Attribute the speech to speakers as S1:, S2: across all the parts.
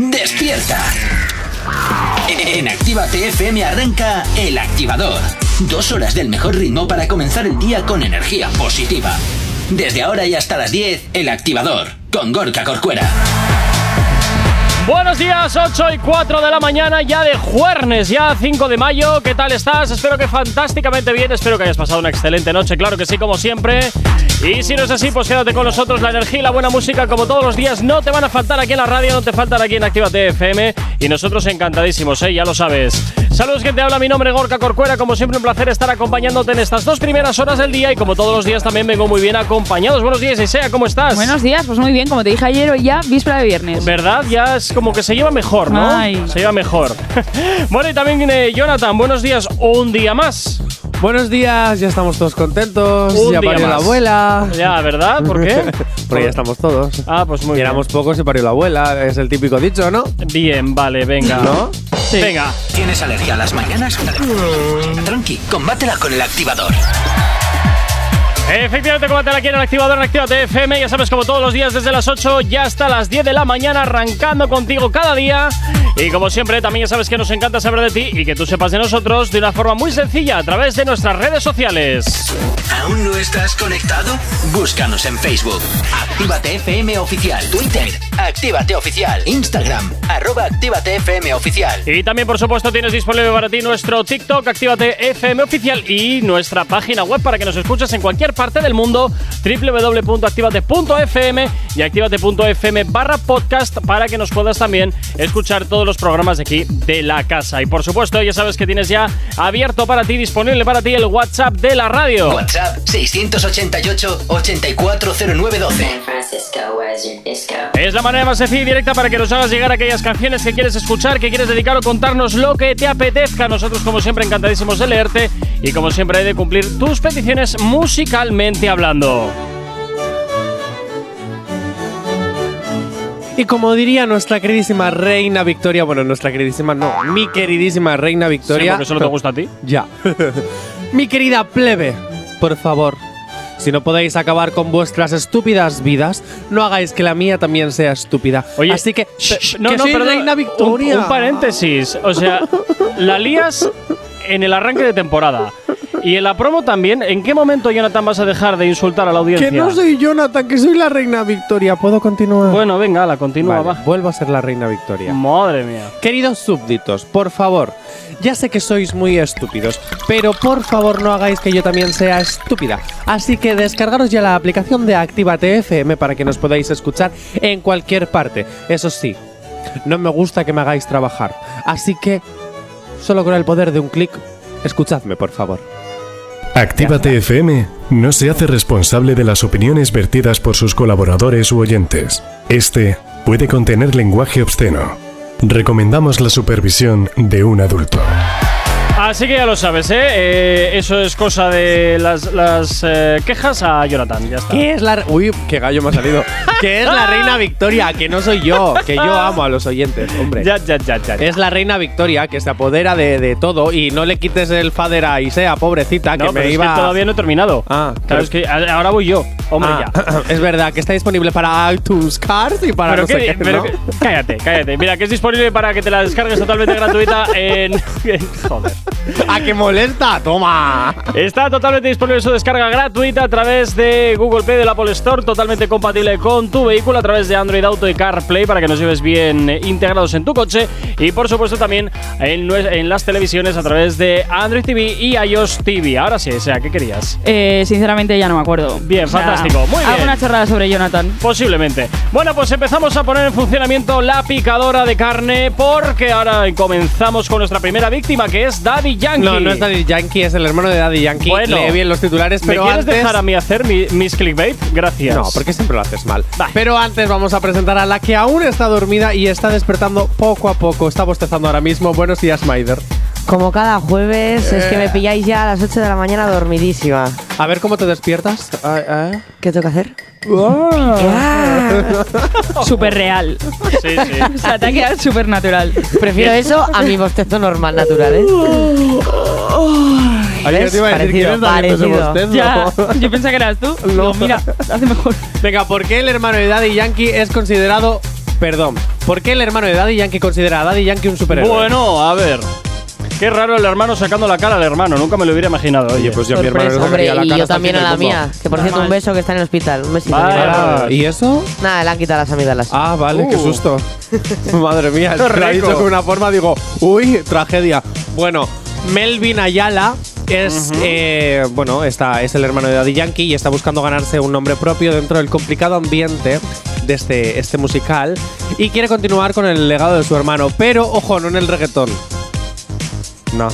S1: despierta. En Actívate FM arranca El Activador. Dos horas del mejor ritmo para comenzar el día con energía positiva. Desde ahora y hasta las 10, El Activador, con Gorka Corcuera.
S2: Buenos días, 8 y 4 de la mañana, ya de jueves, ya 5 de mayo. ¿Qué tal estás? Espero que fantásticamente bien, espero que hayas pasado una excelente noche, claro que sí, como siempre. Y si no es así, pues quédate con nosotros, la energía y la buena música, como todos los días, no te van a faltar aquí en la radio, no te faltan aquí en Actívate FM. Y nosotros encantadísimos, ¿eh? ya lo sabes. Saludos, que te habla, mi nombre es Gorka Corcuera, como siempre un placer estar acompañándote en estas dos primeras horas del día y como todos los días también vengo muy bien acompañados. Buenos días, Isea, ¿cómo estás?
S3: Buenos días, pues muy bien, como te dije ayer, hoy ya víspera de viernes.
S2: ¿Verdad? Ya es como que se lleva mejor, ¿no?
S3: Ay.
S2: Se lleva mejor. bueno, y también eh, Jonathan, buenos días, un día más.
S4: Buenos días, ya estamos todos contentos.
S2: Un
S4: ya
S2: día
S4: parió la
S2: más.
S4: abuela.
S2: Ya, ¿verdad? ¿Por qué?
S4: Porque ya estamos todos.
S2: Ah, pues muy
S4: Y
S2: bien.
S4: éramos pocos y parió la abuela. Es el típico dicho, ¿no?
S2: Bien, vale, venga.
S4: ¿No?
S3: Sí.
S2: Venga.
S1: ¿Tienes alergia a las mañanas? Tranqui, combátela con El Activador.
S2: Efectivamente, combátela aquí en el activador en Actívate FM. Ya sabes, como todos los días, desde las 8 ya hasta las 10 de la mañana, arrancando contigo cada día. Y como siempre, también ya sabes que nos encanta saber de ti y que tú sepas de nosotros de una forma muy sencilla a través de nuestras redes sociales.
S1: ¿Aún no estás conectado? Búscanos en Facebook. Actívate FM Oficial. Twitter. Actívate Oficial. Instagram. Arroba Actívate FM Oficial.
S2: Y también, por supuesto, tienes disponible para ti nuestro TikTok, Actívate FM Oficial y nuestra página web para que nos escuches en cualquier parte del mundo, www.activate.fm y activate.fm barra podcast para que nos puedas también escuchar todos los programas de aquí de la casa. Y, por supuesto, ya sabes que tienes ya abierto para ti, disponible para ti el WhatsApp de la radio.
S1: WhatsApp 688-840912.
S5: Francisco was your disco.
S2: Es la manera más sencilla y directa para que nos hagas llegar aquellas canciones que quieres escuchar, que quieres dedicar o contarnos lo que te apetezca. Nosotros, como siempre, encantadísimos de leerte y, como siempre, de cumplir tus peticiones musicalmente hablando.
S4: Y como diría nuestra queridísima reina Victoria, bueno, nuestra queridísima, no, mi queridísima reina
S2: Sí,
S4: Victoria.
S2: porque solo te gusta a ti.
S4: Ya. Mi querida plebe, por favor, si no podéis acabar con vuestras estúpidas vidas, no hagáis que la mía también sea estúpida.
S2: Oye,
S4: Así que,
S2: pe-
S4: shh,
S2: no,
S4: que
S2: no,
S4: soy
S2: perdona,
S4: reina
S2: un-
S4: Victoria.
S2: Un, paréntesis. O sea, la lías en el arranque de temporada. Y en la promo también. ¿En qué momento, Jonathan, vas a dejar de insultar a la audiencia?
S4: Que no soy Jonathan, que soy la reina Victoria. ¿Puedo continuar?
S2: Bueno, venga, la continúa,
S4: Vale, vuelvo a ser la reina Victoria.
S2: va. Madre mía.
S4: Queridos súbditos, por favor, ya sé que sois muy estúpidos, pero por favor no hagáis que yo también sea estúpida. Así que descargaros ya la aplicación de Actívate FM para que nos podáis escuchar en cualquier parte. Eso sí, no me gusta que me hagáis trabajar. Así que, solo con el poder de un clic, escuchadme, por favor.
S6: Actívate FM no se hace responsable de las opiniones vertidas por sus colaboradores u oyentes. Este puede contener lenguaje obsceno. Recomendamos la supervisión de un adulto.
S2: Así que ya lo sabes, ¿eh? Eh, eso es cosa de las, las, eh, quejas a Jonathan, ya está.
S4: ¿Qué es la... re- Uy, qué gallo me ha salido. ¿Qué es la reina Victoria? Que no soy yo, que yo amo a los oyentes, hombre.
S2: Ya, ya, ya, ya.
S4: Es la reina Victoria que se apodera de, de todo y no le quites el fader a Isea,
S2: no,
S4: pobrecita, que
S2: pero
S4: me
S2: es que
S4: iba.
S2: todavía no he terminado.
S4: Ah,
S2: claro,
S4: pero-
S2: es que a- ahora voy yo. Hombre,
S4: Ah,
S2: ya.
S4: Es verdad que está disponible para iTunes Cars y para
S2: Pero
S4: no sé
S2: qué-
S4: qué,
S2: pero
S4: ¿no?
S2: qué- cállate, cállate. Mira, que es disponible para que te la descargues totalmente gratuita en. Joder.
S4: ¡A que molesta! ¡Toma!
S2: Está totalmente disponible su descarga gratuita a través de Google Play del Apple Store, totalmente compatible con tu vehículo a través de Android Auto y CarPlay para que nos lleves bien eh, integrados en tu coche y por supuesto también en, nue- en las televisiones a través de Android TV y iOS TV. Ahora sí, o sea, ¿qué querías?
S3: Eh, sinceramente ya no me acuerdo.
S2: Bien, fantástico, muy bien.
S3: Alguna charrada sobre Jonathan.
S2: Posiblemente. Bueno, pues empezamos a poner en funcionamiento la picadora de carne porque ahora comenzamos con nuestra primera víctima que es Daddy Yankee.
S4: No, no es Daddy Yankee, es el hermano de Daddy Yankee.
S2: Bueno.
S4: Lee bien los titulares,
S2: ¿Me
S4: pero
S2: quieres
S4: antes.
S2: dejar a mí hacer mi- mis clickbait? Gracias.
S4: No, porque siempre lo haces mal.
S2: Vale.
S4: Pero antes vamos a presentar a la que aún está dormida y está despertando poco a poco. Está bostezando ahora mismo. Buenos días, Maider.
S7: Como cada jueves, es
S4: Eh.
S7: que me pilláis ya a las 8 de la mañana dormidísima.
S4: A ver cómo te despiertas. Ah, ah.
S7: ¿Qué tengo que hacer? Ah,
S4: Oh.
S3: Súper real.
S2: Sí, sí.
S3: o sea, te ha quedado súper natural.
S7: Prefiero eso a mi bostezo normal, natural, ¿eh?
S4: Oye, yo
S7: ¿Ves?
S4: te iba a decir
S7: Parecido,
S4: quién está haciendo ese
S7: parecido.
S4: bostezo.
S3: Ya, yo pensaba que eras tú. No, mira, hace mejor.
S4: Venga, ¿por qué el hermano de Daddy Yankee es considerado, perdón, ¿Por qué el hermano de Daddy Yankee considera a Daddy Yankee un superhéroe?
S2: Bueno, a ver. Qué raro el hermano sacando la cara al hermano, nunca me lo hubiera imaginado. Oye,
S4: Oye, pues yo a mi hermano le
S7: Hombre,
S4: sacaría la
S7: y
S4: cara
S7: yo
S4: hasta el
S7: también a
S4: fin
S7: la
S4: del mundo.
S7: mía. Que por cierto, un beso que está en el hospital. Un besito.
S2: Vaya.
S7: mira.
S4: Ah, ¿Y eso?
S7: Nada, le han quitado las amigas.
S4: Ah, vale, qué
S2: Uh.
S4: susto. Madre mía,
S2: Qué
S4: lo ha dicho
S2: rico.
S4: con una forma, digo, uy, tragedia. Bueno, Melvin Ayala es, eh, bueno, está, es el hermano de Daddy Yankee y está buscando ganarse un nombre propio dentro del complicado ambiente de este, este musical y quiere continuar con el legado de su hermano, pero ojo, no en el reggaetón. No.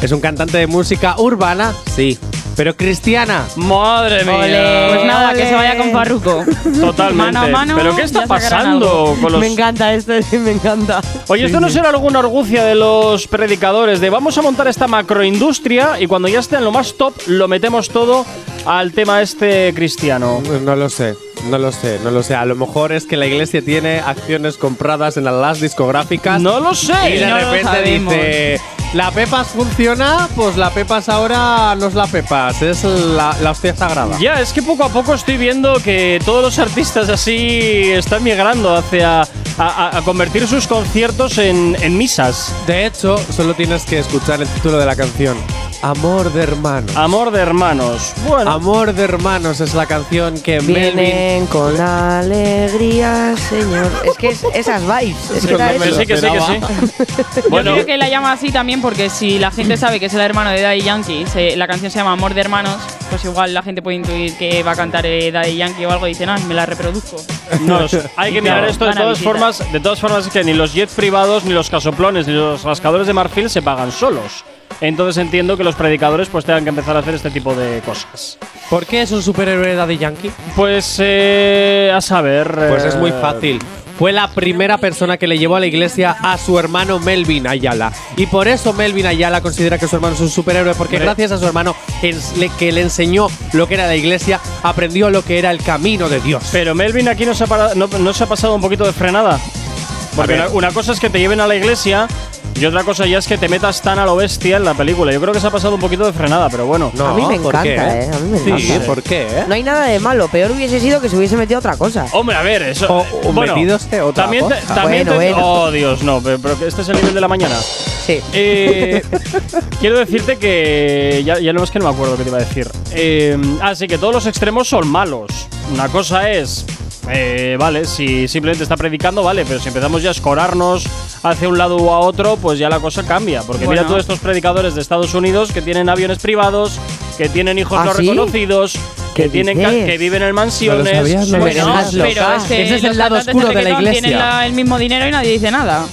S4: Es un cantante de música urbana, sí, pero cristiana.
S2: Madre mía.
S3: Pues nada, que
S7: Ole.
S3: se vaya con Farruko.
S2: Totalmente.
S3: Mano a mano,
S2: ¿Pero qué está
S3: ya sacarán
S2: pasando con los.?
S7: Me encanta esto, sí, me encanta.
S2: Oye, ¿esto no será alguna argucia de los predicadores de vamos a montar esta macroindustria y cuando ya esté en lo más top lo metemos todo al tema este cristiano?
S4: No lo sé, no lo sé, no lo sé. A lo mejor es que la iglesia tiene acciones compradas en las discográficas.
S2: No lo sé.
S4: Y de
S3: no lo
S4: repente
S3: sabemos.
S4: dice, la Pepas funciona, pues la Pepas ahora no es la Pepas, es la, la hostia sagrada.
S2: Ya, es que poco a poco estoy viendo que todos los artistas así están migrando hacia a, a- a convertir sus conciertos en, en misas.
S4: De hecho, solo tienes que escuchar el título de la canción. Amor de hermanos.
S2: Amor de hermanos. Ah, Bueno,
S4: Amor de hermanos es la canción que Melvin...
S7: Vienen con alegría, señor. Es que es, esas vibes. Es que era
S2: que
S7: eso.
S2: sí, que sí, que sí. bueno,
S3: Yo creo que la llama así también porque si la gente sabe que es el hermano de Daddy Yankee, se- la canción se llama Amor de Hermanos, pues igual la gente puede intuir que va a cantar eh, Daddy Yankee o algo y dice, no, me la reproduzco.
S2: no lo sé. hay que mirar
S3: No,
S2: esto de
S3: van a
S2: todas
S3: visitar.
S2: formas. De todas formas es que ni los jets privados, ni los casoplones, ni los rascadores de marfil se pagan solos. Entonces entiendo que los predicadores pues tengan que empezar a hacer este tipo de cosas.
S4: ¿Por qué es un superhéroe Daddy Yankee?
S2: Pues eh, a saber.
S4: Pues es muy
S2: eh,
S4: fácil. Fue la primera persona que le llevó a la iglesia a su hermano Melvin Ayala. Y por eso Melvin Ayala considera que su hermano es un superhéroe, porque
S2: Hombre.
S4: gracias a su hermano ens- le- que le enseñó lo que era la iglesia, aprendió lo que era el camino de Dios.
S2: Pero Melvin aquí no se ha, parado- no, no se ha pasado un poquito de frenada. Porque
S4: A
S2: una,
S4: ver.
S2: una cosa es que te lleven a la iglesia y otra cosa ya es que te metas tan a lo bestia en la película. Yo creo que se ha pasado un poquito de frenada, pero bueno.
S4: No,
S7: A mí me
S4: ¿por
S7: encanta,
S4: qué?
S7: eh, a mí me
S4: Sí, Oh.
S7: encanta.
S4: ¿por qué? eh?
S7: No hay nada de malo. Peor hubiese sido que se hubiese metido otra cosa.
S2: Hombre, a ver, eso. eh,
S4: O- o
S2: bueno,
S4: metidos de otra
S2: también te-
S4: cosa.
S2: también
S7: Bueno,
S2: te-
S7: bueno.
S2: Oh, Dios, no, pero, pero que este es el nivel de la mañana.
S7: Sí.
S2: Eh, quiero decirte que. Ya, ya no es que no me acuerdo qué te iba a decir. Eh, así que todos los extremos son malos. Una cosa es. eh, vale, si simplemente está predicando, vale, pero si empezamos ya a escorarnos hacia un lado o a otro, pues ya la cosa cambia. Porque
S3: Bueno.
S2: mira todos estos predicadores de Estados Unidos que tienen aviones privados, que tienen hijos
S7: ¿Ah,
S2: no
S7: sí?
S2: reconocidos, que
S7: ¿Qué
S2: tienen ca-
S7: dices?
S2: que viven en mansiones.
S4: sabías, no lo
S2: Bueno,
S4: sabías.
S7: Hazlo.
S3: pero es que
S4: Ese es
S3: los
S4: el lado
S3: cantantes
S4: oscuro de la
S3: reggaetón
S4: iglesia.
S3: Tienen la- el mismo dinero y nadie dice nada.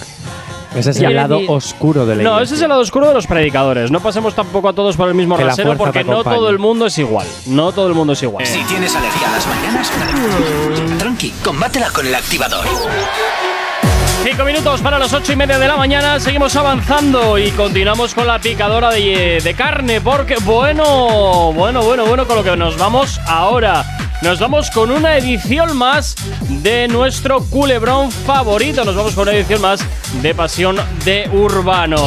S4: Ese es
S3: Quiero
S4: el lado
S3: decir-
S4: oscuro de la
S2: No,
S4: iglesia.
S2: ese es el lado oscuro de los predicadores. No pasemos tampoco a todos por el mismo
S4: Que la
S2: rasero
S4: fuerza te
S2: porque no
S4: acompañe. Eh,
S2: todo el mundo es igual. No todo el mundo es igual.
S1: Si tienes alergia a las mañanas, tranqui, combátela con el activador.
S2: Cinco minutos para las ocho y media de la mañana. Seguimos avanzando y continuamos con la picadora de, de carne porque bueno, bueno, bueno, bueno con lo que nos vamos ahora. Nos vamos con una edición más de nuestro culebrón favorito. Nos vamos con una edición más de Pasión de Urbano.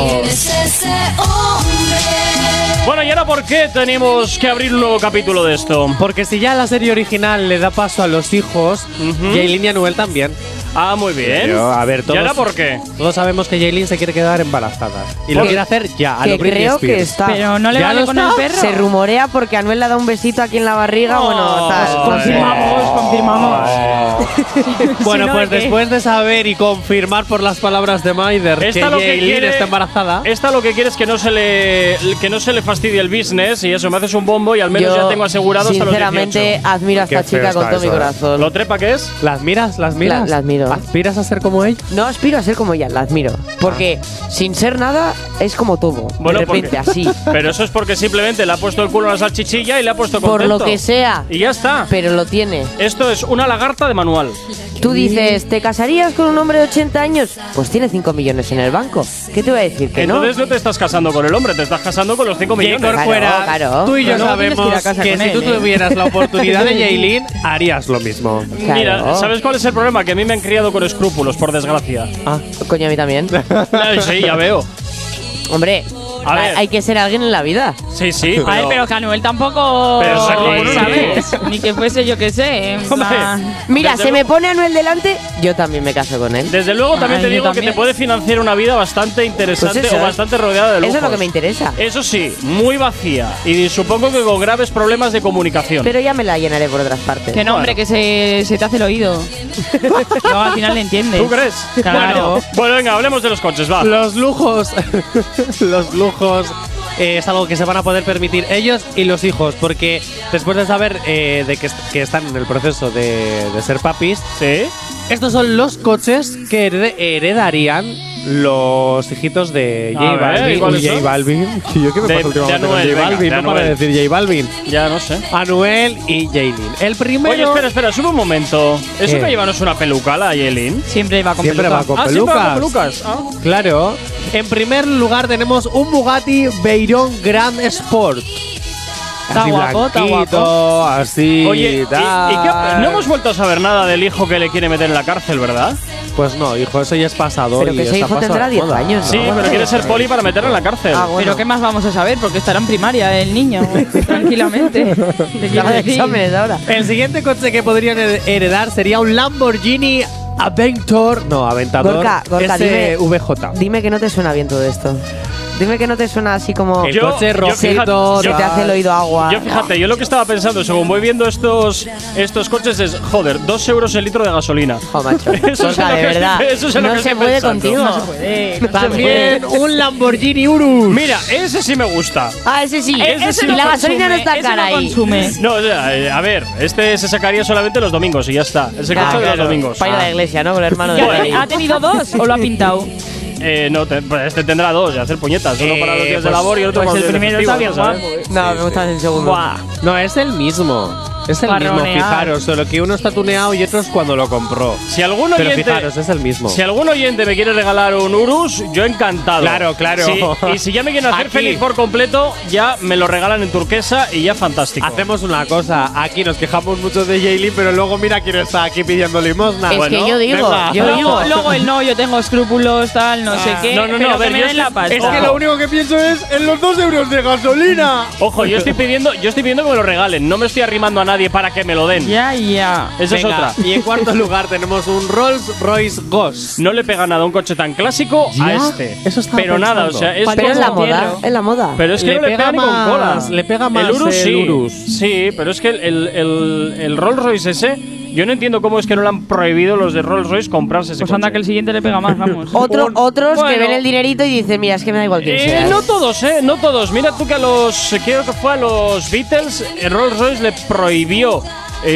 S2: Bueno, ¿y ahora por qué tenemos que abrir un nuevo capítulo de esto?
S4: Porque si ya la serie original le da paso a los hijos, Jailin y Anuel también.
S2: Ah, muy bien.
S4: Yo, a ver,
S2: ¿Y ahora
S4: todos-
S2: por qué?
S4: Todos sabemos que Jailin se quiere quedar embarazada. Y lo
S7: Que-
S4: quiere hacer ya, a
S7: que
S4: lo Britney
S7: creo que
S4: Spears.
S7: está.
S3: Pero no le
S4: ¿Ya
S3: vale
S4: lo
S3: con
S4: está?
S3: el perro.
S7: Se rumorea porque Anuel le ha dado un besito aquí en la barriga. bueno,
S2: Oh,
S7: tal.
S3: Confirmamos, confirmamos.
S4: Oh. Bueno,
S3: Si no,
S4: pues
S3: ¿de qué?
S4: después de saber y confirmar por las palabras de Maider
S7: Pues
S4: que
S2: Esta lo que
S4: Yailin
S2: quiere- eh,
S4: está embarazada,
S2: Esta lo que quiere es que no se le que no se le fastidie el business y eso me haces un bombo y al menos ya tengo asegurado hasta los 18.
S7: Sinceramente, admiro a
S4: Qué
S7: esta
S4: feo
S7: chica con
S4: está
S7: todo mi
S4: eso, ¿eh?
S7: corazón.
S2: ¿Lo trepa que es?
S4: ¿las miras? ¿Las miras?
S7: La- las miro.
S4: ¿Aspiras a ser como ella?
S7: No aspiro a ser como ella, la admiro. Porque sin ser nada es como todo.
S2: Ah. Bueno,
S7: de repente,
S2: porque-
S7: así.
S2: Pero eso es porque simplemente le ha puesto el culo a la salchichilla y le ha puesto
S7: Por
S2: contento.
S7: lo que sea.
S2: Y ya está.
S7: Pero lo tiene.
S2: Esto es una lagarta de manual.
S7: Tú dices, ¿te casarías con un hombre de 80 años? Pues tiene 5 millones en el banco. ¿Qué te voy a decir? Que no.
S2: Entonces no te estás casando con el hombre, te estás casando con los 5 millones.
S4: Yegor
S7: Claro,
S4: fuera,
S7: claro.
S4: tú y yo
S3: Pero luego tienes que ir a
S4: sabemos que,
S3: casa con
S4: si
S3: él,
S4: tú
S3: ¿eh?
S4: tuvieras la oportunidad de Jailin, harías lo mismo.
S7: Claro.
S2: Mira, ¿sabes cuál es el problema? Que a mí me han criado con
S7: Ah,
S2: escrúpulos, por desgracia.
S7: Coño, a mí también.
S2: Ay, sí, ya veo.
S7: Hombre,
S2: A ver.
S7: Hay que ser alguien en la vida.
S2: Sí, sí,
S3: A ver, pero que Anuel tampoco.
S2: Pero saca-
S3: ¿Sabes? Ni que fuese yo que sé. en
S2: Hombre.
S3: plan-
S7: Mira,
S2: Desde
S7: se
S2: lu-
S7: me pone Anuel delante, yo también me caso con él.
S2: Desde luego también
S3: Ay,
S2: te
S3: yo
S2: digo que
S3: también.
S2: te puede financiar una vida bastante interesante
S7: Pues eso,
S2: o bastante rodeada de lujos. Eh,
S7: Eso es lo que me interesa.
S2: Eso sí, muy vacía y supongo que con graves problemas de comunicación.
S7: Pero ya me la llenaré por otras partes.
S3: Que no, hombre, que se, se te hace el oído. Luego al final le entiendes.
S2: ¿Tú crees?
S3: Claro.
S2: Bueno, bueno, venga, hablemos de los coches, va.
S4: Los lujos, los lujos eh, es algo que se van a poder permitir ellos y los hijos, porque después de saber eh, de que, est- que están en el proceso de, de ser papis,
S2: ¿Sí?
S4: estos son los coches que hered- heredarían los hijitos de
S2: A
S4: J
S2: ver,
S4: Balvin.
S2: ¿y cuáles
S4: Uy,
S2: son?
S4: J Balvin. Yo qué me
S2: De-
S4: pasa
S2: de
S4: últimamente con
S2: Anuel,
S4: J Balvin,
S2: venga, de
S4: no para de
S2: Anuel.
S4: decir J Balvin.
S2: Ya no sé.
S4: Anuel y Jaylin. El primero.
S2: Oye, espera, espera, sube un momento. ¿Eso
S4: ¿Qué?
S2: que llevanos una peluca, la Yelin?
S3: Siempre va con
S4: Siempre
S3: peluca.
S4: va con
S2: Ah, siempre va con
S4: pelucas.
S2: pelucas. Ah.
S4: Claro. En primer lugar tenemos un Bugatti Veyron Grand Sport.
S3: Está
S4: así
S3: guapo, está
S4: blanquito, así.
S2: Oye, ¿y, y qué-
S4: tal.
S2: no hemos vuelto a saber nada del hijo que le quiere meter en la cárcel, ¿verdad?
S4: Pues no, hijo, eso ya es pasado.
S7: Pero
S4: y
S7: que ese
S4: está
S7: hijo
S4: pasado
S7: tendrá
S4: de
S7: 10
S4: moda.
S7: años, ¿no?
S2: Sí, pero
S4: pues
S2: quiere ser
S7: sí.
S2: poli para meterlo en la cárcel.
S7: Ah, bueno.
S3: Pero ¿qué más vamos a saber? Porque estará en primaria el niño, tranquilamente. Te quiero
S7: Estaba de
S3: decir.
S7: exámenes ahora.
S4: El siguiente coche que podrían her- heredar sería un Lamborghini Aventor. No, Aventador.
S7: Gorka, Gorka, dime-
S4: SVJ.
S7: Dime que no te suena bien todo esto. Dime que no te suena así como.
S4: El
S2: Yo-
S4: coche
S2: yo
S4: rojito.
S2: fíjate- yo-
S7: se te
S4: tal.
S7: hace el oído agua.
S2: Yo fíjate, yo lo que estaba pensando, según voy viendo estos, estos coches, es, joder, dos euros el litro de gasolina.
S7: Jo, macho.
S2: Eso es
S7: Gorka,
S2: lo
S7: de
S2: que-
S7: verdad.
S2: eso es lo
S7: no
S2: que
S7: se
S2: estoy
S7: puede
S2: pensando.
S7: contigo.
S2: No se
S3: puede,
S4: También un Lamborghini Urus.
S2: Mira, ese sí me gusta.
S7: Ah, ese sí.
S3: Eh, ese
S7: y
S3: no
S7: la gasolina
S3: consume,
S7: no está
S3: ese
S7: cara
S3: no
S7: ahí.
S3: consume.
S2: No, o sea, eh, a ver, este se sacaría solamente los domingos y ya está. Ese
S7: Ah,
S2: coche de los
S7: claro.
S2: domingos. Ah,
S7: Para ir a la iglesia, ¿no? Con el hermano de
S3: ¿Ya
S2: Bueno.
S3: ¿Ha tenido dos o lo ha pintado?
S2: Eh, no, te- pues este tendrá dos, y hacer puñetas. Uno
S4: Eh,
S2: para los días de
S4: pues-
S2: labor y otro
S4: pues
S2: para
S4: el
S2: los días
S4: primero
S2: festivos,
S4: está bien
S2: ¿sabes?
S4: guapo,
S7: No, me gusta el segundo.
S4: No, es el mismo. Es el mismo,
S3: Parroneado.
S4: fijaros, solo que uno está tuneado y otro es cuando lo compró.
S2: Si algún
S4: Pero
S2: oyente,
S4: fijaros, es el mismo.
S2: si algún oyente me quiere regalar un Urus, yo encantado.
S4: Claro, claro.
S2: Sí, y si ya me quieren hacer
S4: Aquí.
S2: feliz por completo, ya me lo regalan en turquesa y ya fantástico.
S4: Hacemos una cosa, aquí nos quejamos mucho de Jaylin, pero luego mira quién está aquí pidiendo limosna.
S7: Es
S4: Bueno,
S7: que yo digo,
S4: venga.
S7: yo digo.
S3: Luego, luego el no, yo tengo escrúpulos, tal, no sé qué.
S2: no, no, no,
S3: pero
S2: a ver,
S3: que me
S2: yo
S3: den la
S2: es-
S3: pasta.
S4: Es que lo único que pienso es en los dos euros de gasolina.
S2: Ojo, yo estoy pidiendo, yo estoy pidiendo que me lo regalen. No me estoy arrimando a nadie para que me lo den.
S3: Ya, ya.
S2: Eso es
S4: Venga,
S2: otra.
S4: Y en cuarto lugar tenemos un Rolls Royce Ghost.
S2: No le pega nada a un coche tan clásico a este.
S4: Eso estaba
S2: Pero nada, o
S4: pensando.
S2: sea, es
S7: Pero
S2: como-
S7: es la moda. Es la moda.
S2: Pero es que
S4: Le
S2: no le
S4: pega
S2: pega ni con
S4: más,
S2: cola.
S4: le pega más
S2: el Urus.
S4: el
S2: sí.
S4: Urus.
S2: Sí, pero es que el, el, el- el Rolls Royce ese, yo no entiendo cómo es que no le han prohibido los de Rolls Royce comprarse ese
S3: Pues anda
S2: coche.
S3: que el siguiente le pega más, vamos.
S7: Otro-
S2: Un-
S7: otros
S2: bueno.
S7: que ven el dinerito y dicen, mira, es que me da igual quién
S2: Eh,
S7: seas.
S2: no todos, eh, no todos. Mira tú que a los, creo que fue a los Beatles, el Rolls Royce le prohibió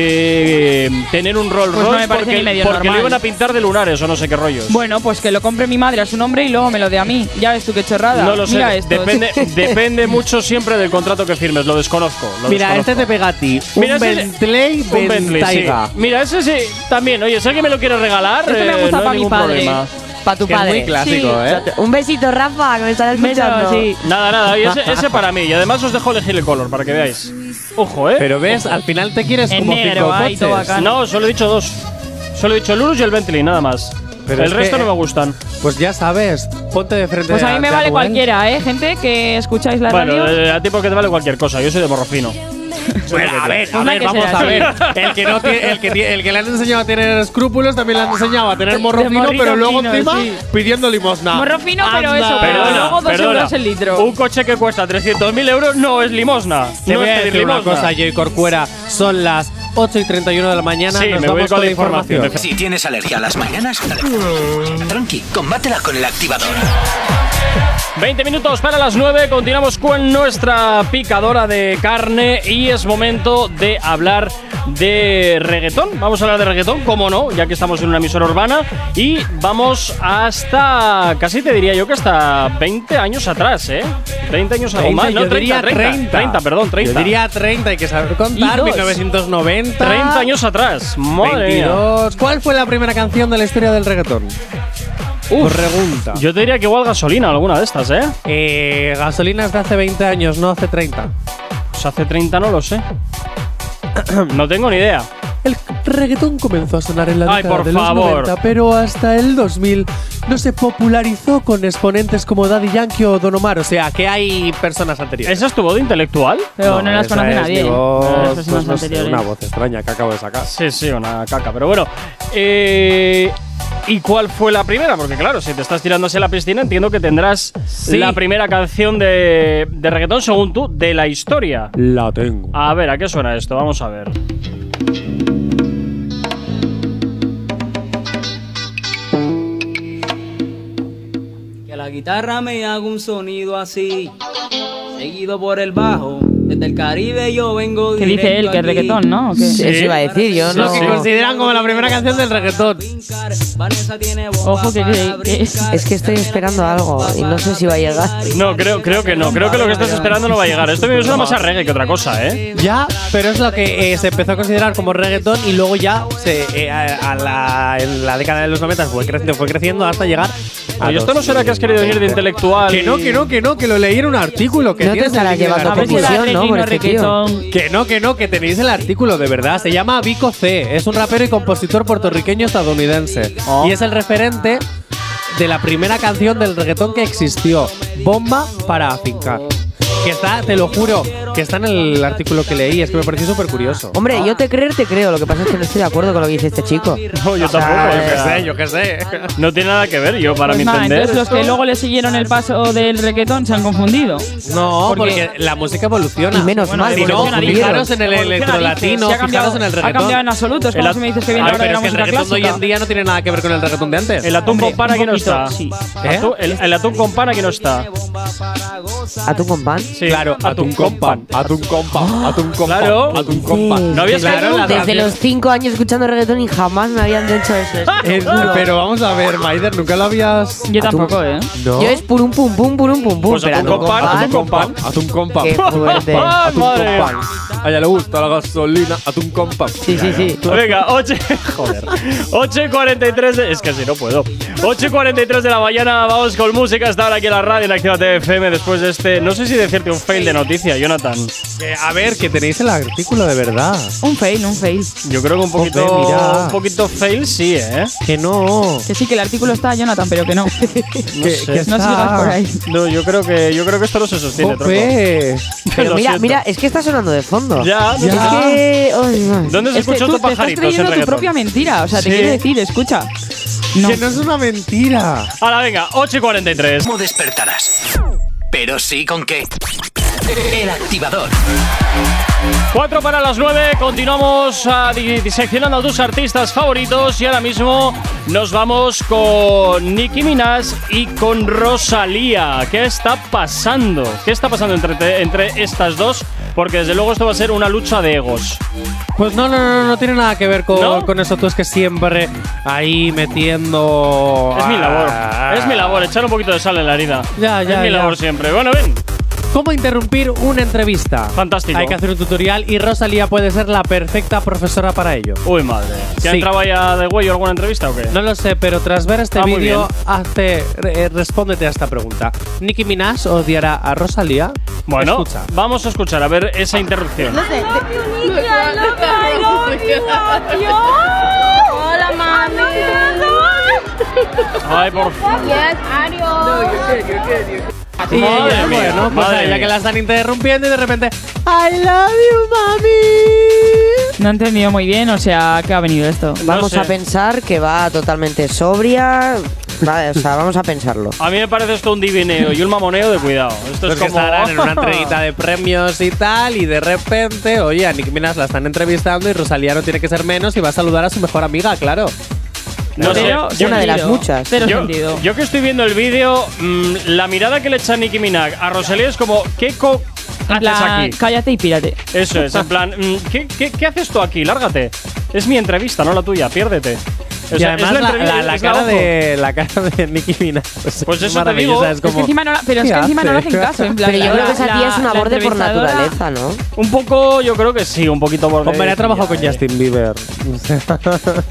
S2: eh, tener un Rolls
S3: Pues
S2: Royce
S3: no me parece
S2: porque,
S3: ni medio
S2: porque le
S3: normal.
S2: iban a pintar de lunares o no sé qué rollos.
S3: Bueno, pues que lo compre mi madre a su nombre y luego me lo dé a mí. Ya ves tú qué chorrada.
S2: no lo sé,
S3: Mira esto.
S2: depende, depende mucho siempre del contrato que firmes, lo desconozco. lo
S4: Mira, este
S2: desconozco.
S4: te pega a ti.
S2: Mira,
S4: un
S2: ese-
S4: Bentley
S2: Un Bentley, sí.
S4: Bentayga.
S2: Mira, ese sí, también. Oye, si alguien me lo quiere regalar,
S3: Este me
S2: eh, no
S3: gusta
S2: hay
S3: pa' mi
S2: ningún
S3: padre.
S2: problema.
S7: Para tu
S4: Que es
S7: padre.
S4: muy clásico, ¿eh?
S7: Un besito, Rafa, que me estará
S3: Beso,
S7: escuchando.
S3: Ah, sí.
S2: Nada, nada, y ese, ese para mí. Y además os dejo elegir el color para que veáis. Ojo, ¿eh?
S4: Pero ves, al final te quieres
S3: En
S4: como
S3: negro,
S4: cinco
S3: ahí, todo
S4: coches.
S3: acá.
S2: Ah, no, solo he dicho dos. Solo he dicho el Urus y el Bentley, nada más.
S4: Pero
S2: el
S4: es
S2: resto
S4: que-
S2: no me gustan.
S4: Pues ya sabes, ponte de frente
S3: Pues a mí
S4: de-
S3: me
S4: de
S3: vale
S4: Anuel.
S3: cualquiera, ¿eh? Gente que escucháis la
S2: Bueno,
S3: radio.
S2: eh, a ti porque te vale cualquier cosa. Yo soy de morrofino.
S4: Bueno, a ver, a
S3: Una
S4: ver,
S3: que
S4: vamos
S3: será
S4: a
S3: así.
S4: ver. El que, no tiene- el, que tie- el que le han enseñado a tener escrúpulos también le han enseñado a tener
S3: De
S4: morro fino,
S3: morrito
S4: pero luego
S3: fino,
S4: encima
S3: sí.
S4: pidiendo limosna.
S3: Morro fino, pero
S4: Anda.
S3: eso, pero
S2: Perdona,
S3: luego dos
S2: perdona.
S3: euros el litro.
S2: Un coche que cuesta 300.000 euros no es limosna.
S4: Te
S2: no
S4: voy
S2: es
S4: a
S2: pedir
S4: decir una
S2: limosna.
S4: cosa, Joy Corcuera. Son las 8 y 31 de la mañana.
S2: Sí,
S4: nos
S2: me voy
S4: vamos
S2: con la información.
S1: Si tienes alergia a las mañanas, dale. tranqui, combátela con el activador.
S2: 20 minutos para las 9, continuamos con nuestra picadora de carne y es momento de hablar de reggaetón. Vamos a hablar de reggaetón, como no, ya que estamos en una emisora urbana y vamos hasta, casi te diría yo que hasta 20 años atrás, ¿eh? 20 años o
S4: 30,
S2: más, no,
S4: yo
S2: 30,
S4: diría
S2: 30, 30, perdón, 30.
S4: Yo diría 30, hay que saber
S2: Y
S4: contar.
S2: dos.
S4: 1990.
S2: 30 años atrás,
S3: eh.
S2: madre mía.
S4: 22. ¿Cuál fue la primera canción de la historia del reggaetón?
S2: Uf.
S4: Pregunta.
S2: Yo te diría que igual gasolina alguna de estas, ¿eh?
S4: Eh, gasolinas de hace 20 años, no hace 30.
S2: Pues hace 30 no lo sé. no tengo ni idea.
S4: El reggaetón comenzó a sonar en la
S2: Ay,
S4: década
S2: por
S4: de los
S2: favor.
S4: 90, pero hasta el 2000 no se popularizó con exponentes como Daddy Yankee o Don Omar, o sea, que hay personas anteriores.
S2: ¿Esa es tu voz intelectual?
S3: Pero no, las
S4: esa
S3: conoce
S4: es
S3: nadie.
S4: mi
S3: No,
S4: voz,
S3: las personas
S4: pues no sé,
S3: anteriores.
S4: una voz extraña que acabo de sacar.
S2: Sí, sí, una caca, pero bueno. Eh, ¿Y cuál fue la primera? Porque claro, si te estás tirándose a la piscina, entiendo que tendrás
S4: Sí.
S2: la primera canción de, de reggaetón, según tú, de la historia.
S4: La tengo.
S2: A ver, ¿a qué suena esto? Vamos a ver.
S8: Que la guitarra me haga un sonido así, seguido por el bajo. Desde el Caribe yo vengo
S3: ¿Qué dice él? Que es reggaetón, ¿no? ¿O qué?
S2: Sí.
S7: Eso iba a decir yo,
S2: Sí,
S7: no.
S2: sí.
S4: consideran como la primera canción del reggaetón.
S3: Ojo, que- que- que es-
S7: Es que estoy esperando algo y no sé si va a llegar.
S2: No, creo, creo que no. Creo que lo que estás esperando no va a llegar. Esto me suena más a reggae que otra cosa, ¿eh?
S4: Ya, pero es lo que eh, se empezó a considerar como reggaetón y luego ya se, eh, a, a la, en la década de los 90 fue, creciendo, fue creciendo hasta llegar. a
S2: Oye, esto no será que has querido venir de
S4: 2020.
S2: intelectual.
S4: Que no,
S2: y-
S4: que no, que no, que lo leí en un artículo. Que
S7: No te
S4: tienes el
S7: estarás
S4: link en el
S7: llevando
S3: A ver si
S4: artículo.
S3: era
S7: Confusión,
S3: reggae
S7: ¿no?
S3: y
S7: Por
S3: no
S7: este tío.
S3: reggaetón.
S4: Que no, que no, que tenéis el artículo, de verdad. Se llama Vico C. Es un rapero y compositor puertorriqueño estadounidense.
S7: Oh.
S4: Y es el referente de la primera canción del reggaetón que existió, Bomba para África. Que está, te lo juro, que está en el artículo que leí. Es que me pareció súper curioso.
S7: Hombre, yo te creer te creo, lo que pasa es que no estoy de acuerdo con lo que dice este chico.
S2: No, yo tampoco.
S7: Ah,
S2: o
S7: yo qué
S2: sea,
S4: yo qué sé.
S2: No tiene nada que ver yo, para
S3: Pues
S2: mi
S3: nada,
S2: entender.
S3: entonces los que luego le siguieron el paso del reggaetón se han confundido.
S4: No,
S3: ¿Por
S4: porque la música evoluciona.
S7: Y menos
S4: Bueno,
S7: mal,
S4: Si no,
S7: evoluciona, dices.
S4: fijaros en el
S3: Evoluciona,
S4: electrolatino,
S3: dices. Se ha
S4: fijaros
S3: cambiado-
S4: en el
S3: Ha cambiado en
S4: reggaetón.
S3: absoluto, es
S2: El
S3: como
S2: at-
S3: si me dices que viene
S4: Ay,
S3: ahora de
S4: pero
S3: la
S4: es que el
S3: música
S4: reggaetón de hoy
S3: clásica.
S4: en día no tiene nada que ver con el reggaetón de antes.
S2: El atún
S3: Hombre,
S2: con pana
S3: un
S2: que no
S3: poquito,
S2: está.
S3: sí.
S4: ¿Eh?
S2: Atún- el, el atún con pana que no está.
S7: ¿A tu compan?
S2: Sí,
S4: Claro, atún con pan, atún con pan, atún con pan,
S2: Claro.
S4: atún con pan.
S2: No habías caído
S4: la
S7: Desde
S4: canción-
S7: los 5 años escuchando reggaetón y jamás me habían dicho eso.
S4: Eh, pero vamos a ver, Maider, nunca lo habías.
S3: Yo tampoco, ¿eh?
S4: No.
S7: Yo es purum pum pum, purum pum pum.
S2: Pues
S7: pero
S2: atún con pan,
S7: pan.
S2: atún con pan.
S4: Atún con pan.
S7: Qué fuerte.
S2: ¡Ah,
S4: Atún con
S2: madre!
S4: pan. A ella le gusta la gasolina, atún con pan.
S7: Sí, sí, sí.
S2: Venga, 8. Joder. 8 y 43 de. Es que si no puedo. 8 y 43 de la mañana. Vamos con música. Hasta ahora aquí en la radio en Actívate FM. Después de este. No sé si decirte un fail de noticia, Jonathan.
S4: Eh, a ver, que tenéis el artículo de verdad.
S3: Un fail, un fail.
S2: Yo creo que un poquito.
S4: Joder, mira.
S2: un poquito fail, sí, ¿eh?
S4: Que no.
S3: Que sí, que el artículo está Jonathan, pero que no. no
S4: que,
S2: sé.
S4: que está.
S3: sigas por ahí.
S2: No, yo creo que, yo creo que esto no se sostiene, troco.
S4: Jope.
S7: Pero
S2: Lo
S7: mira,
S2: siento.
S7: mira, es que está sonando de fondo.
S2: Ya,
S7: Es
S2: ya.
S7: que. ay, no.
S2: ¿Dónde se
S3: Es que
S2: escuchó tu
S3: tú te estás
S2: pajarito?
S3: creyendo tu propia mentira. O sea,
S2: Sí.
S3: te quiero decir, escucha. No.
S4: Que no es una mentira.
S2: Ahora, venga, 8 y 43.
S1: No despertarás. Pero sí con qué. El activador.
S2: 4 para las 9, continuamos ah, di- diseccionando a tus artistas favoritos y ahora mismo nos vamos con Nicki Minaj y con Rosalía. ¿Qué está pasando? ¿Qué está pasando entre, te- entre estas dos? Porque desde luego esto va a ser una lucha de egos.
S4: Pues no, no, no, no tiene nada que ver con,
S2: ¿No?
S4: con eso. Tú es que siempre ahí metiendo.
S2: Es mi labor,
S4: Ah.
S2: es mi labor, echar un poquito de sal en la herida.
S4: Ya,
S2: es
S4: ya,
S2: mi
S4: ya.
S2: labor siempre. Bueno, ven.
S4: ¿Cómo interrumpir una entrevista?
S2: Fantástico.
S4: Hay que hacer un tutorial y Rosalía puede ser la perfecta profesora para ello.
S2: Uy, madre. ¿Te ha
S4: Sí.
S2: entrado ya de huello alguna entrevista o qué?
S4: No lo sé, pero tras ver este
S2: Ah, muy
S4: vídeo, hazte- re- eh, respóndete a esta pregunta. ¿Nicki Minaj odiará a Rosalía?
S2: Bueno,
S4: Escucha.
S2: vamos a escuchar a ver esa interrupción.
S9: Hola, mami.
S2: Ay, por favor.
S9: Yes, adiós.
S4: Y
S2: Madre
S4: ella,
S2: mía,
S4: bueno, pues
S2: madre
S4: a ella
S2: mía.
S4: que la están interrumpiendo y de repente. I love you, mami.
S3: No he entendido muy bien, o sea, ¿qué ha venido esto?
S7: Vamos
S2: sé.
S7: a pensar que va totalmente sobria. Vale, o sea, vamos a pensarlo.
S2: A mí me parece esto un divineo y un mamoneo de cuidado. Esto
S4: Pues
S2: es
S4: que
S2: como.
S4: estarán en una entreguita de premios y tal, y de repente, oye, a Nicki Minaj la están entrevistando y Rosalía no tiene que ser menos y va a saludar a su mejor amiga, claro.
S2: no sé.
S3: Pero
S2: Yo-
S7: una de las
S3: sentido.
S7: muchas.
S3: Pero
S2: yo,
S3: sentido.
S2: yo que estoy viendo el vídeo, mm, la mirada que le echa Nicki Minaj a Rosalía es como, ¿qué co
S3: En
S2: haces
S3: plan,
S2: aquí?
S3: cállate y pírate.
S2: Eso es, en plan, mm, ¿qué, qué, qué haces tú aquí? Lárgate. Es mi entrevista, no la tuya, piérdete. O
S4: y
S2: sea,
S4: además
S2: es
S4: la,
S2: entrevista-
S4: la- la
S2: es
S4: cara
S2: ojo.
S4: de, la cara de Nicki Minaj. Pues,
S2: Pues eso te
S4: maravillosa,
S2: digo.
S4: Es como,
S3: Es que encima no, la- pero es
S4: ¿qué
S3: que encima no le
S4: hace?
S3: hacen caso. En plan,
S7: Pero yo
S3: la-
S7: creo que esa
S3: la-
S7: tía es un
S3: la
S7: aborde por
S3: entrevistadora-
S7: naturaleza, ¿no?
S2: Un poco, yo creo que sí, un poquito por.
S4: Hombre, ha trabajado con Justin Bieber.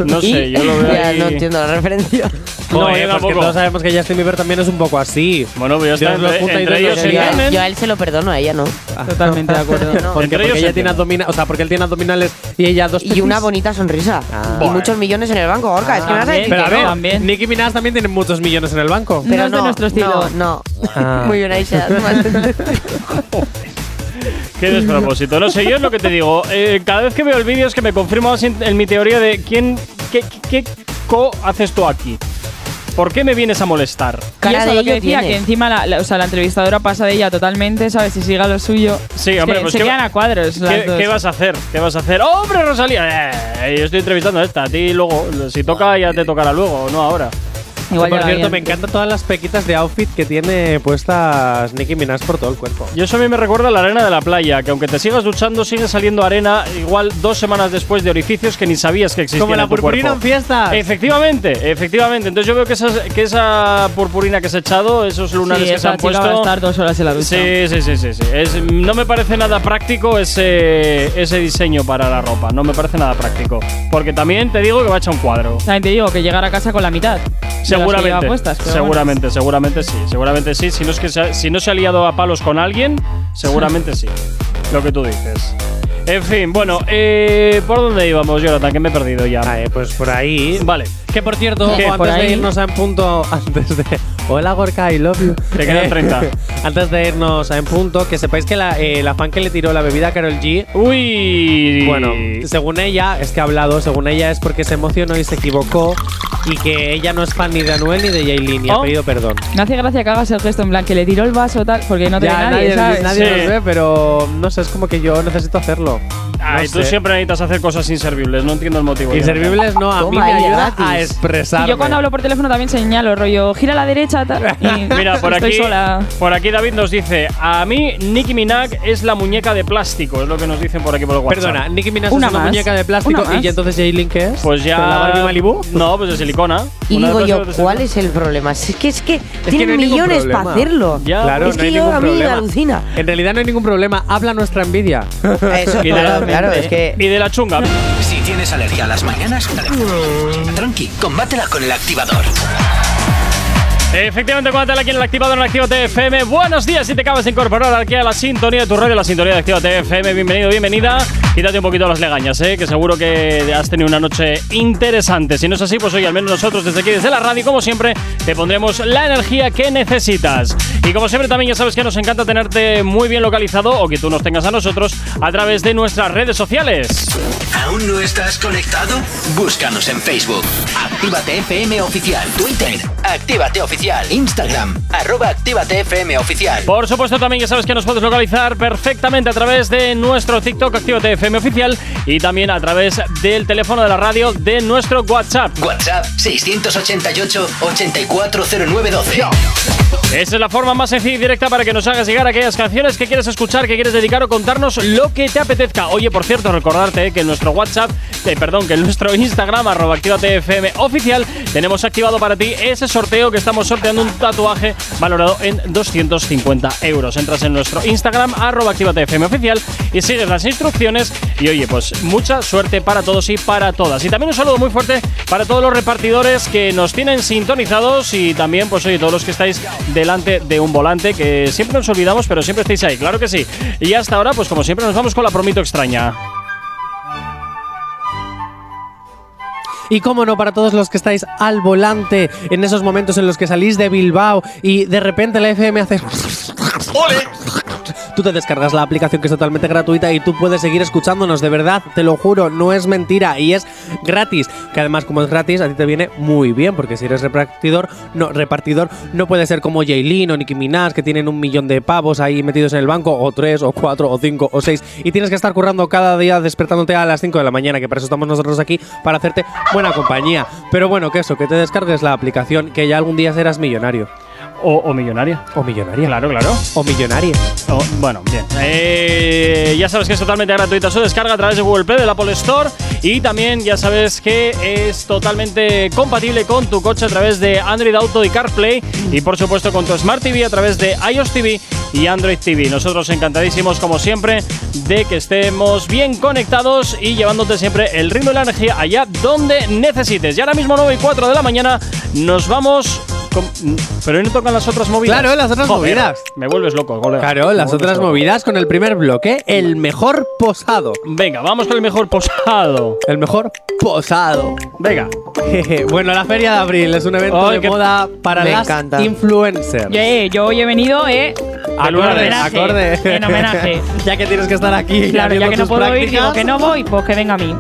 S2: No sé, yo lo veo.
S7: ya
S2: ahí.
S7: no entiendo la referencia.
S4: No,
S2: Joder,
S4: eh, porque
S2: tampoco.
S4: todos sabemos que Justin Bieber también es un poco así.
S2: Bueno, pues ya está,
S4: Dios los
S2: entre,
S4: junta y
S2: entre
S4: Dios
S2: ellos
S4: los
S2: se
S4: separa.
S2: entienden.
S7: Yo a él se lo perdono, a ella no.
S3: Totalmente de acuerdo.
S7: No.
S4: Porque,
S2: Entre
S4: porque
S2: ellos
S4: ella
S2: se
S4: tiene abdominales, o sea, porque él tiene abdominales y ella dos
S7: Y una
S4: tetis.
S7: bonita sonrisa.
S4: Ah.
S7: Y muchos millones en el banco, Gorka. es que me vas a decir
S4: Pero a
S7: que
S4: ver,
S7: no.
S3: También. Mm,
S4: Nicki Minaj también tiene muchos millones en el banco.
S3: No es de nuestro estilo.
S7: No, no.
S4: Ah.
S7: Muy bien, Aisha.
S2: Qué despropósito. No sé, yo es lo que te digo. Eh, cada vez que veo el vídeo es que me confirmo más en, en mi teoría de quién, qué, qué- qué co haces tú aquí. ¿Por qué me vienes a molestar?
S3: y
S7: Cara
S3: eso
S7: de
S3: lo que
S7: ello
S3: decía,
S7: tiene.
S3: que encima la, la- o sea, la entrevistadora pasa de ella totalmente, ¿sabes? Y siga lo suyo.
S2: Sí,
S3: Es
S2: hombre,
S3: que
S2: pues
S3: se
S2: ¿qué va-
S3: quedan a cuadros.
S2: ¿Qué, qué vas a hacer? ¿Qué vas a hacer? ¡Hombre, Rosalía! Eh, yo estoy entrevistando a esta, a ti luego. Si toca, ya te tocará luego, no ahora.
S3: Igual
S4: por
S3: ya la
S4: cierto,
S3: habían-
S4: me encantan todas las pequitas de outfit que tiene puestas Nicki Minaj por todo el cuerpo.
S2: Y eso a mí me recuerda a la arena de la playa, que aunque te sigas duchando, sigue saliendo arena igual dos semanas después de orificios que ni sabías que existían.
S4: Como la
S2: en tu
S4: purpurina
S2: cuerpo.
S4: en
S3: Ah.
S4: fiestas.
S2: Efectivamente, efectivamente. Entonces yo veo que, esas- que esa purpurina que se ha echado, esos lunares
S3: Sí,
S2: que se
S3: esa
S2: han
S3: chica va a
S2: puesto.
S3: estar dos horas en la ducha.
S2: Sí, sí, sí, sí. sí. Es- no me parece nada práctico ese, ese diseño para la ropa. No me parece nada práctico. Porque también te digo que va a echar un cuadro.
S3: También te digo que llegar a casa con la mitad. de las que
S2: Seguramente.
S3: lleva puestas, pero bueno.
S2: seguramente, seguramente sí. Seguramente sí. Si no, es que se ha, si no se ha liado a palos con alguien, seguramente sí. Lo que tú dices. En fin, bueno, eh, ¿por dónde íbamos, Jonathan? Que me he perdido ya.
S4: Ah, eh, pues por ahí.
S2: Vale.
S4: Que por cierto, ojo,
S2: ¿Qué?
S4: antes
S3: Por
S4: de
S3: ahí.
S4: irnos a en punto, antes de. Hola Gorka, I love you.
S2: Te quedan
S4: Eh,
S2: 30.
S4: antes de irnos a en punto, que sepáis que la, eh, la fan que le tiró la bebida a Carol G.
S2: Uy.
S4: Bueno, según ella, es que ha hablado, según ella es porque se emocionó y se equivocó y que ella no es fan ni de Anuel ni de Yailin y
S2: Oh.
S4: ha pedido perdón.
S3: Me hace gracia que hagas el gesto en plan que le tiró el vaso tal, porque no te
S4: Ya,
S3: ve nadie,
S4: nadie,
S3: ¿sabes?
S4: nadie
S2: Sí.
S4: nos ve, pero no sé, es como que yo necesito hacerlo.
S2: Ay,
S4: no
S2: tú
S4: sé.
S2: siempre necesitas hacer cosas inservibles. No entiendo el motivo.
S4: Inservibles no, a mí me
S7: Toma, ella
S4: ayuda
S7: gratis.
S4: a
S3: Y
S4: expresar.
S3: yo cuando hablo por teléfono también señalo, rollo, gira a la derecha tal. y
S2: Mira, por
S3: estoy
S2: aquí,
S3: sola.
S2: por aquí David nos dice, a mí Nicki Minaj es la muñeca de plástico, es lo que nos dicen por aquí por el WhatsApp.
S4: Perdona, Nicki Minaj
S3: Una
S4: es una
S3: más.
S4: muñeca de plástico
S3: Una
S4: y
S3: más.
S4: entonces Jaylin ¿qué es?
S2: Pues ya.
S4: ¿La Barbie Malibu?
S2: No, pues de silicona.
S7: Y
S2: Una de
S7: digo
S2: las
S7: yo,
S2: cosas de
S7: ¿cuál
S2: silicona.
S7: es el problema? Si es que, es que
S4: que
S7: tienen
S4: no hay ningún
S7: millones
S4: problema.
S7: para hacerlo.
S2: Ya.
S4: Claro,
S7: es
S4: no
S7: que
S4: hay
S7: yo
S4: ningún
S7: a mí
S4: problema.
S7: me alucina.
S4: En realidad no hay ningún problema, habla nuestra envidia.
S7: Eso,
S2: Y de la-
S7: claro, claro, es que
S2: Y de la chunga.
S1: Si tienes alergia a las mañanas, dale. tranqui, combátela con el activador.
S2: Efectivamente, cuéntale aquí en el activador en Activa TFM. Buenos días, si te acabas de incorporar aquí a la sintonía de tu radio, la sintonía de Activa TFM. Bienvenido, bienvenida. Quítate un poquito las legañas, ¿eh? que seguro que has tenido una noche interesante. Si no es así, pues hoy al menos nosotros desde aquí, desde la radio, como siempre, te pondremos la energía que necesitas. Y como siempre, también ya sabes que nos encanta tenerte muy bien localizado o que tú nos tengas a nosotros a través de nuestras redes sociales.
S1: ¿Aún no estás conectado? Búscanos en Facebook. Actívate FM Oficial. Twitter. Actívate Oficial. Instagram. Arroba Actívate FM Oficial.
S2: Por supuesto, también ya sabes que nos puedes localizar perfectamente a través de nuestro TikTok Actívate FM oficial y también a través del teléfono de la radio de nuestro WhatsApp.
S1: WhatsApp 688 840912.
S2: Esa es la forma más sencilla y directa para que nos hagas llegar aquellas canciones que quieres escuchar, que quieres dedicar o contarnos lo que te apetezca. Oye, por cierto, recordarte eh, que en nuestro WhatsApp, eh, perdón, que en nuestro Instagram, arroba Actívate FM oficial, tenemos activado para ti ese sorteo que estamos sorteando un tatuaje valorado en 250 euros. Entras en nuestro Instagram, arroba Actívate FM oficial y sigues las instrucciones. Y oye, pues mucha suerte para todos y para todas. Y también un saludo muy fuerte para todos los repartidores que nos tienen sintonizados y también, pues oye, todos los que estáis delante de un volante, que siempre nos olvidamos, pero siempre estáis ahí, claro que sí. Y hasta ahora, pues como siempre, nos vamos con la promito extraña.
S4: Y cómo no, para todos los que estáis al volante en esos momentos en los que salís de Bilbao y de repente la FM hace. Tú te descargas la aplicación que es totalmente gratuita y tú puedes seguir escuchándonos, de verdad, te lo juro, no es mentira y es gratis. Que además, como es gratis, a ti te viene muy bien, porque si eres repartidor, no, repartidor, no puede ser como Jaylin o Nicki Minaj, que tienen un millón de pavos ahí metidos en el banco, o tres, o cuatro, o cinco, o seis, y tienes que estar currando cada día despertándote a las 5 de la mañana, que para eso estamos nosotros aquí, para hacerte buena compañía. Pero bueno, que eso, que te descargues la aplicación, que ya algún día serás millonario.
S2: O, o millonaria.
S4: O millonaria.
S2: Claro, claro.
S4: O millonaria.
S2: O- Oh, bueno, bien. Eh, ya sabes que es totalmente gratuita su descarga a través de Google Play, del Apple Store. Y también ya sabes que es totalmente compatible con tu coche a través de Android Auto y CarPlay. Y por supuesto con tu Smart TV a través de iOS TV y Android TV. Nosotros encantadísimos, como siempre, de que estemos bien conectados y llevándote siempre el ritmo y la energía allá donde necesites. Y ahora mismo 9 y 4 de la mañana nos vamos... con- Pero hoy no tocan las otras movidas.
S4: Claro, las otras movidas.
S2: Me vuelves loco, colega.
S4: Claro, las
S2: Me vuelves
S4: otras
S2: loco.
S4: movidas con el primer bloque, el mejor posado.
S2: Venga, vamos con el mejor posado.
S4: El mejor posado.
S2: Venga.
S4: Jeje. bueno, la Feria de Abril es un evento
S2: Ay,
S4: de
S2: qué-
S4: moda para
S7: Me
S4: las
S7: encanta.
S4: influencers.
S3: Yo, eh, yo hoy he venido eh,
S2: Acorde,
S3: homenaje,
S4: acorde.
S3: En homenaje.
S4: Ya que tienes que estar aquí,
S3: Claro, ya
S4: haciendo
S3: que no
S4: tus
S3: puedo ir,
S4: prácticas,
S3: digo que no voy, pues que venga a mí.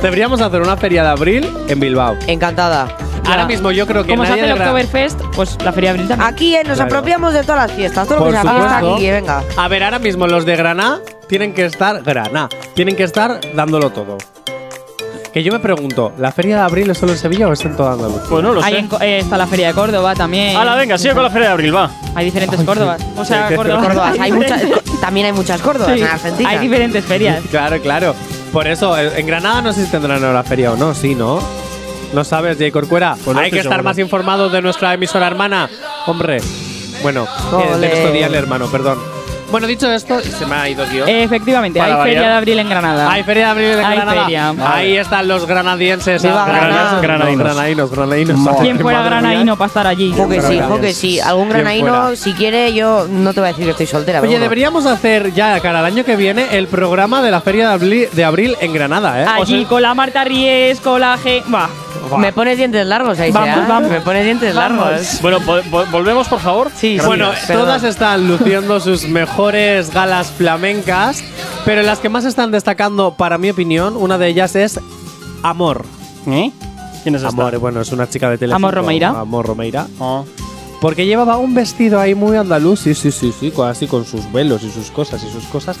S4: Deberíamos hacer una Feria de Abril en Bilbao.
S7: Encantada.
S4: Ahora mismo yo creo que
S3: Como se
S4: nadie
S3: hace el
S4: de Gran-
S3: Oktoberfest, pues la Feria de Abril también.
S7: Aquí eh, nos
S4: Claro.
S7: apropiamos de todas las fiestas. Todo lo
S4: Por
S7: que se fiesta
S4: supuesto.
S7: aquí, eh, venga.
S4: A ver, ahora mismo los de Granada tienen que estar Granada, tienen que estar dándolo todo. Que yo me pregunto, ¿la feria de abril es solo en Sevilla o es en toda Andalucía?
S2: Pues no lo
S3: Ahí
S2: sé.
S3: en Co- eh, está la Feria de Córdoba también.
S2: Hala, venga, sigue con la Feria de Abril, va.
S3: Hay diferentes Córdobas. O sea, Córdobas.
S7: Córdobas. Hay muchas,
S3: diferentes-
S7: también hay muchas Córdobas
S3: Sí,
S7: en Argentina.
S3: Hay diferentes ferias.
S4: Claro, claro. Por eso, eh, en Granada no sé si tendrán ahora feria o no, sí, ¿no? No sabes, Jay Corcuera.
S2: Pues no
S4: Hay
S2: estoy
S4: que estar
S2: seguro.
S4: más informados de nuestra emisora hermana. Hombre, bueno, eh, de
S7: Ole.
S4: nuestro día el hermano, perdón. Bueno, dicho esto, se me ha ido guión.
S3: Eh, efectivamente,
S2: Para
S3: hay Feria
S2: variar.
S3: de Abril en Granada.
S4: Hay feria de abril en
S3: Hay
S4: Granada.
S3: feria.
S4: Ahí están los granadienses.
S7: Viva
S4: Ah,
S7: Granada.
S4: Granadinos, granadinos, granadinos.
S3: Quien fuera
S4: Madre mía.
S3: granaíno para estar allí.
S7: Ojo que sí,
S4: Granadinos.
S7: ojo que sí. Algún
S4: Bien
S7: granaíno,
S4: fuera.
S7: si quiere, yo no te voy a decir que estoy soltera.
S4: Oye,
S7: pero bueno.
S4: deberíamos hacer ya, cara, el año que viene el programa de la Feria de Abril, de abril en Granada, ¿eh? O
S3: Allí
S4: sea,
S3: con la Marta Ries, con la G. Buah.
S4: Buah.
S7: Me pones dientes largos ahí,
S3: Vamos,
S7: Sara.
S3: vamos.
S7: Me pones dientes
S3: Vamos.
S7: largos.
S2: Bueno, po- po- volvemos, por favor.
S7: Sí, sí.
S4: bueno,
S7: perdón.
S4: todas están luciendo sus mejores galas flamencas, pero las que más están destacando, para mi opinión, una de ellas es Amor.
S2: ¿Eh? ¿Quién es esta?
S4: Amor, bueno, es una chica de Telecinco.
S3: Amor Romeira.
S4: Amor Romeira.
S2: Ah.
S4: Porque llevaba un vestido ahí muy andaluz, sí, sí, sí, sí, co- así con sus velos y sus cosas y sus cosas.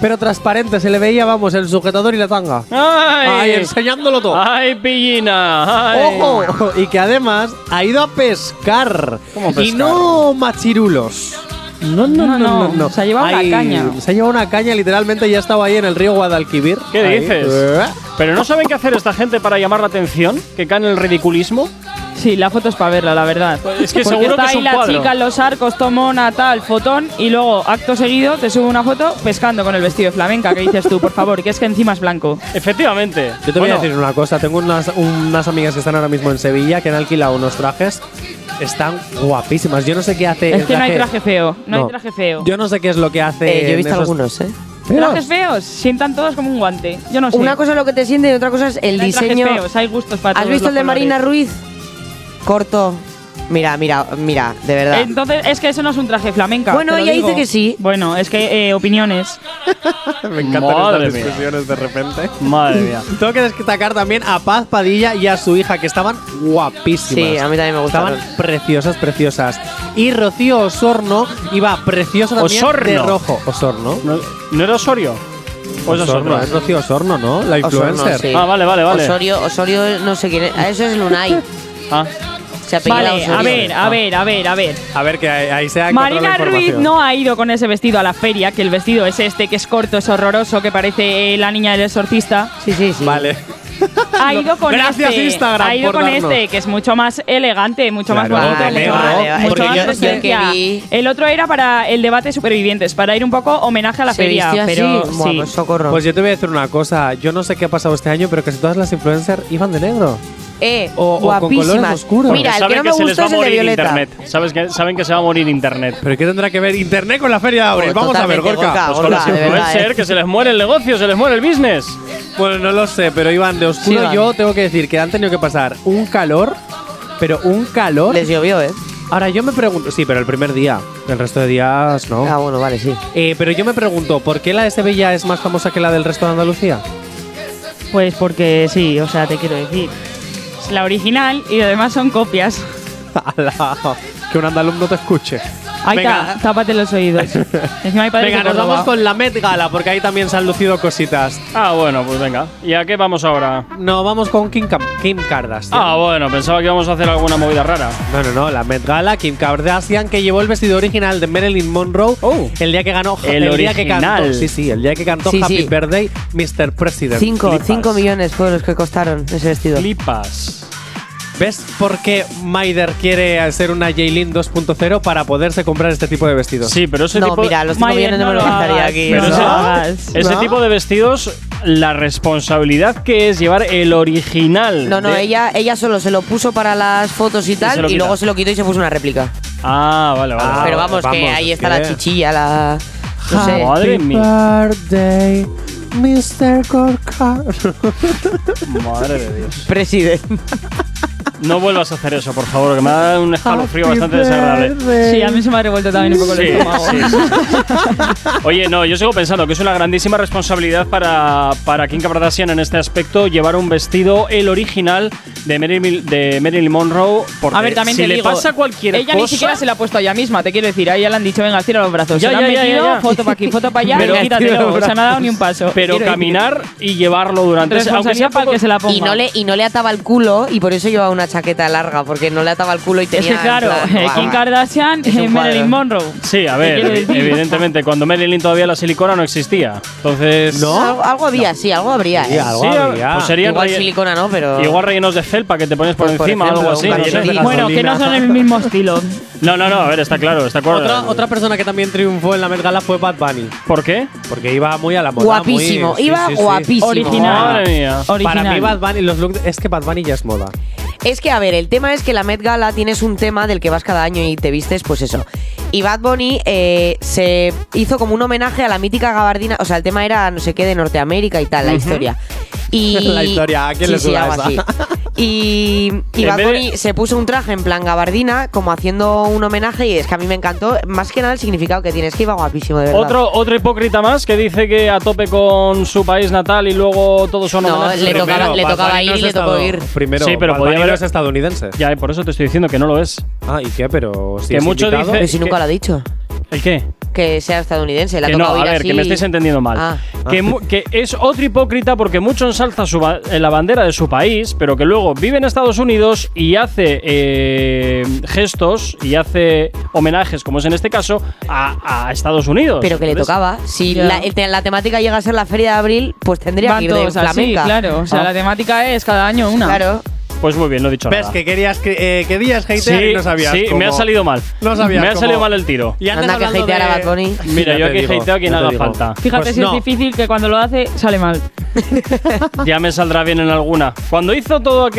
S4: Pero transparente, se le veía, vamos, el sujetador y la tanga. Ay,
S2: ¡Ay!
S4: enseñándolo todo.
S2: ¡Ay, pillina! ¡Ay!
S4: ¡Ojo! Y que además ha ido a pescar.
S2: ¿Cómo
S4: Y
S2: pescar?
S4: no machirulos. No, no, no, no,
S3: no, se ha llevado una caña.
S4: Se ha llevado una caña, literalmente, y ha estado ahí en el río Guadalquivir.
S2: ¿Qué
S4: Ahí.
S2: dices?
S4: Eh.
S2: ¿Pero no saben qué hacer esta gente para llamar la atención? ¿Que caen en el ridiculismo?
S3: Sí, la foto es para verla, la verdad.
S2: Pues es que
S3: Porque
S2: seguro
S3: está
S2: que es
S3: ahí
S2: un
S3: la
S2: cuadro.
S3: chica en los arcos, tomona, tal, fotón, y luego, acto seguido, te sube una foto pescando con el vestido de flamenca, que dices tú, por favor, que es que encima es blanco.
S2: Efectivamente.
S4: Yo te voy
S2: Bueno,
S4: a decir una cosa, tengo unas, unas amigas que están ahora mismo en Sevilla que han alquilado unos trajes, están guapísimas. Yo no sé qué hace.
S3: Es
S4: el
S3: que no hay traje feo, no,
S4: No.
S3: hay traje feo.
S4: Yo no sé qué es lo que hace.
S7: Eh, yo he
S4: en
S7: visto
S4: esos-
S7: algunos, ¿eh?
S4: Feos.
S3: ¿Trajes feos? Sientan todos como un guante. Yo no sé.
S7: Una cosa es lo que te siente y otra cosa es el
S3: No hay trajes
S7: diseño.
S3: feos, hay gustos para
S7: ¿Has
S3: todos
S7: visto
S3: los
S7: el de
S3: colores.
S7: Marina Ruiz? Corto. Mira, mira, mira, de verdad.
S3: Entonces, es que eso no es un traje flamenca.
S7: Bueno,
S3: te lo
S7: ella
S3: digo.
S7: dice que sí.
S3: Bueno, es que eh, opiniones.
S4: Me encantan
S2: Madre
S4: estas
S2: mía.
S4: discusiones de repente.
S2: Madre mía.
S4: Tengo que destacar también a Paz Padilla y a su hija, que estaban guapísimas.
S7: Sí, a mí también me gustaron.
S4: Estaban preciosas, preciosas. Y Rocío Osorno iba preciosa también
S2: Osorno. Pues
S4: de rojo. Osorno.
S2: ¿No, no era Osorio? ¿O es Osorio?
S4: es Rocío Osorno, ¿no? La
S7: Osorno,
S4: influencer.
S7: sí.
S2: Ah, vale, vale, vale.
S7: Osorio, Osorio, no sé quién es. Ah, Eso es Lunay.
S2: Ah.
S7: Se apellida
S3: Vale,
S7: Osorio.
S3: a ver, a ver, a ver, a ver.
S4: A ver, que ahí, ahí se ha encontrado la
S3: Marina Ruiz
S4: información.
S3: no ha ido con ese vestido a la feria, que el vestido es este, que es corto, es horroroso, que parece eh, la niña del exorcista.
S7: Sí, sí, sí.
S4: Vale.
S3: Ha ido con
S4: Gracias,
S3: este.
S4: Instagram,
S3: ha ido
S4: por
S3: con
S4: darnos.
S3: este, que es mucho más elegante, mucho más
S4: Claro,
S3: bonito.
S4: de
S3: mucho
S4: negro,
S3: más-
S4: vale, vale.
S3: mucho
S4: Porque
S3: más
S4: yo- yo el que
S3: presencia.
S7: vi-
S3: El otro era para el debate supervivientes, para ir un poco homenaje a la
S7: ¿Se
S3: feria.
S7: vistió así?
S3: Pero
S7: Buah,
S3: sí.
S7: pues socorro.
S4: Pues yo te voy a decir una cosa. Yo no sé qué ha pasado este año, pero casi todas las influencers iban de negro.
S7: eh,
S4: o- o con colores
S7: guapísima.
S4: oscuros.
S7: Mira, el que
S2: Saben
S7: no
S2: que
S7: me
S2: se les
S7: gusta
S2: va a
S7: es el de
S2: morir
S7: Violeta.
S2: Internet. ¿Sabes que, saben que se va a morir Internet.
S4: ¿Pero qué tendrá que ver Internet con la feria de abril?
S7: Pues
S4: Vamos a ver, Gorka.
S7: totalmente, Gorka.
S2: Pues con
S7: Hola,
S2: las
S7: de verdad,
S2: influencers,
S7: eh.
S2: que se les muere el negocio, se les muere el business.
S4: Bueno, no lo sé, pero Iván, de oscuro
S7: Sí, Iván.
S4: yo tengo que decir que han tenido que pasar un calor, pero un calor.
S7: Les llovió, ¿eh?
S4: Ahora yo me pregunto, sí, pero el primer día, el resto de días no.
S7: Ah, bueno, vale, sí.
S4: Eh, pero yo me pregunto, ¿por qué la de Sevilla es más famosa que la del resto de Andalucía?
S3: Pues porque sí, o sea, te quiero decir. Es la original y además son copias.
S4: Ala, que un andaluz no te escuche.
S3: Ahí
S4: Venga.
S3: está, tápate los oídos. Encima hay padres
S4: Venga,
S3: de
S4: nos
S3: Córdoba.
S4: vamos con la Met Gala, porque ahí también se han lucido cositas.
S2: Ah, bueno, pues venga. ¿Y a qué vamos ahora?
S4: No, vamos con Kim, Cam- Kim Kardashian.
S2: Ah, bueno, pensaba que íbamos a hacer alguna movida rara.
S4: No, no, no, la Met Gala, Kim Kardashian, que llevó el vestido original de Marilyn Monroe
S2: Oh.
S4: el día que ganó.
S2: El
S4: día que cantó,
S2: original.
S4: sí, sí, el día que cantó
S7: Sí,
S4: Happy
S7: sí.
S4: Birthday, Mr. President.
S7: Cinco,
S4: Flipas.
S7: cinco millones fueron los que costaron ese vestido.
S2: Flipas.
S4: ¿Ves por qué Maider quiere ser una Jaylin 2.0 para poderse comprar este tipo de vestidos?
S2: Sí, pero ese
S7: No,
S2: tipo.
S7: mira, los cinco
S3: Mayer,
S7: millones no me
S3: no
S7: lo
S3: lo
S7: gastaría
S3: hagas,
S7: aquí.
S3: no
S2: Pero
S3: lo
S2: ese-
S3: hagas.
S2: ese
S7: ¿No?
S2: tipo de vestidos, la responsabilidad que es llevar el original.
S7: No, no,
S2: de-
S7: ella, ella solo se lo puso para las fotos y
S2: se
S7: tal,
S2: lo
S7: y,
S2: quita.
S7: luego se lo quitó y se puso una réplica.
S2: Ah, vale, vale.
S4: Ah,
S2: vale.
S7: Pero vamos, que
S4: vamos,
S7: ahí
S4: es
S7: está
S4: que-
S7: la chichilla, la. No sé.
S2: Madre mía.
S4: Birthday, Mr. Gorka.
S2: Madre de Dios.
S7: Presidente.
S2: No vuelvas a hacer eso, por favor, que me ha dado un escalofrío bastante desagradable.
S3: Sí, a mí se me ha revuelto también un poco el
S2: Sí,
S3: estómago.
S2: sí, sí, sí. Oye, no, yo sigo pensando que es una grandísima responsabilidad para, para Kim Kardashian en este aspecto llevar un vestido, el original de Marilyn, de Marilyn Monroe. Porque
S3: A ver, también
S2: si
S3: te
S2: le
S3: digo,
S2: pasa cualquier
S3: ella
S2: cosa.
S3: ni siquiera se la ha puesto a ella misma, te quiero decir. A ella le han dicho, venga, estira los brazos.
S2: Ya,
S3: se la
S2: ya,
S3: han
S2: ya,
S3: metido,
S2: ya, ya.
S3: foto para aquí, foto para allá,
S2: Pero-
S3: y quítatelo. O sea, no ha dado ni un paso.
S2: pero
S3: Quiero
S2: caminar y llevarlo durante
S3: decir,
S2: aunque sea
S3: responsabilidad para el
S2: poco-
S3: que se la ponga.
S7: Y no, le, y no le ataba el culo, y por eso llevaba una chaqueta larga, porque no le ataba el culo y
S3: Es
S7: tenía.
S3: que claro,
S7: en plan,
S3: eh, Kim
S7: guau.
S3: Kardashian,
S7: Es un
S3: eh, Marilyn
S7: cuadro.
S3: Monroe.
S2: Sí, a
S3: ¿Qué
S2: ver,
S3: quiero decir?
S2: evidentemente, cuando Marilyn todavía la silicona no existía. Entonces.
S7: Algo, algo había, sí, algo habría.
S4: Sí,
S7: ¿eh?
S4: algo
S2: Sí,
S4: había.
S2: pues serían
S7: Igual
S2: relle-
S7: silicona no, pero.
S2: Igual rellenos de felpa que te pones por
S7: Pues por
S2: encima,
S7: ejemplo,
S2: algo así.
S7: un
S2: no sé.
S7: calcetín.
S3: Bueno, que no son el mismo estilo.
S2: No, no, no, a ver, está claro, está claro.
S4: otra, otra persona que también triunfó en la Met Gala fue Bad Bunny,
S2: ¿Por qué?
S4: porque iba muy a la moda.
S7: Guapísimo,
S4: muy- sí,
S7: iba
S4: sí, sí.
S7: guapísimo.
S3: Original.
S2: Madre mía.
S3: Original.
S4: Para mí Bad Bunny, los looks, es que Bad Bunny ya es moda.
S7: Es que, a ver, el tema es que la Met Gala tienes un tema del que vas cada año y te vistes, pues eso. Y Bad Bunny eh, se hizo como un homenaje a la mítica gabardina, o sea, el tema era no sé qué de Norteamérica y tal, la historia. Y,
S4: La historia, ¿a quién
S7: Sí,
S4: le
S7: sí,
S4: suda
S7: algo
S4: esa?
S7: así. Y, y
S2: En
S7: Bad
S2: vez de-
S7: Bunny se puso un traje en plan gabardina, como haciendo un homenaje, y es que a mí me encantó, más que nada el significado que tiene, es que iba guapísimo, de verdad.
S2: Otro, otro hipócrita más que dice que a tope con su país natal y luego todos son
S7: No,
S2: homenajes.
S7: le tocaba- le
S4: Bad
S7: tocaba
S4: Bunny
S7: ir
S4: no
S7: y
S4: es
S7: le tocó
S4: estado-
S7: ir.
S4: Primero,
S2: Sí, pero
S4: Bad
S2: podía
S4: Bunny
S2: haber-
S4: no es estadounidense.
S2: Ya, eh, por eso te estoy diciendo que no lo es.
S4: Ah, ¿y qué? Pero si
S2: Que
S4: es
S2: mucho
S4: invitado-
S2: dice-
S7: Pero si nunca
S2: eh, que-
S7: lo ha dicho,
S2: ¿El qué?
S7: que sea estadounidense, le ha
S2: Que no,
S7: tocado
S2: a
S7: ir
S2: ver,
S7: así.
S2: que me estáis entendiendo mal.
S7: Ah.
S2: Que, mu- que es otro hipócrita porque mucho ensalza su ba- eh, la bandera de su país, pero que luego vive en Estados Unidos y hace eh, gestos y hace homenajes, como es en este caso, a, a Estados Unidos.
S7: Pero que le
S2: ¿Ves?
S7: tocaba. Si
S3: Ya.
S7: la, el te- la temática llega a ser la feria de abril, pues tendría
S3: Van
S7: que ir de
S3: todos así,
S7: flamenca.
S3: claro. O sea,
S2: Ah.
S3: la temática es cada año una.
S7: Claro.
S2: Pues muy bien, no he dicho
S4: ¿Ves
S2: nada.
S4: que querías, que, eh, querías hatear
S2: sí,
S4: y no sabías
S2: sí, me
S4: cómo?
S2: ha salido mal.
S4: No sabías
S2: Me ha
S4: cómo.
S2: salido mal el tiro.
S4: Y andan
S7: Anda que
S4: hablando
S7: hatear a Bad Bunny.
S2: Mira,
S4: Ya
S2: yo
S4: te
S2: aquí
S4: digo,
S2: hateo a quien
S4: ya te
S2: haga
S4: digo.
S2: falta.
S3: Fíjate
S4: Pues
S3: si
S4: no.
S3: es difícil que cuando lo hace sale mal.
S2: Ya me saldrá bien en alguna. Cuando hizo toda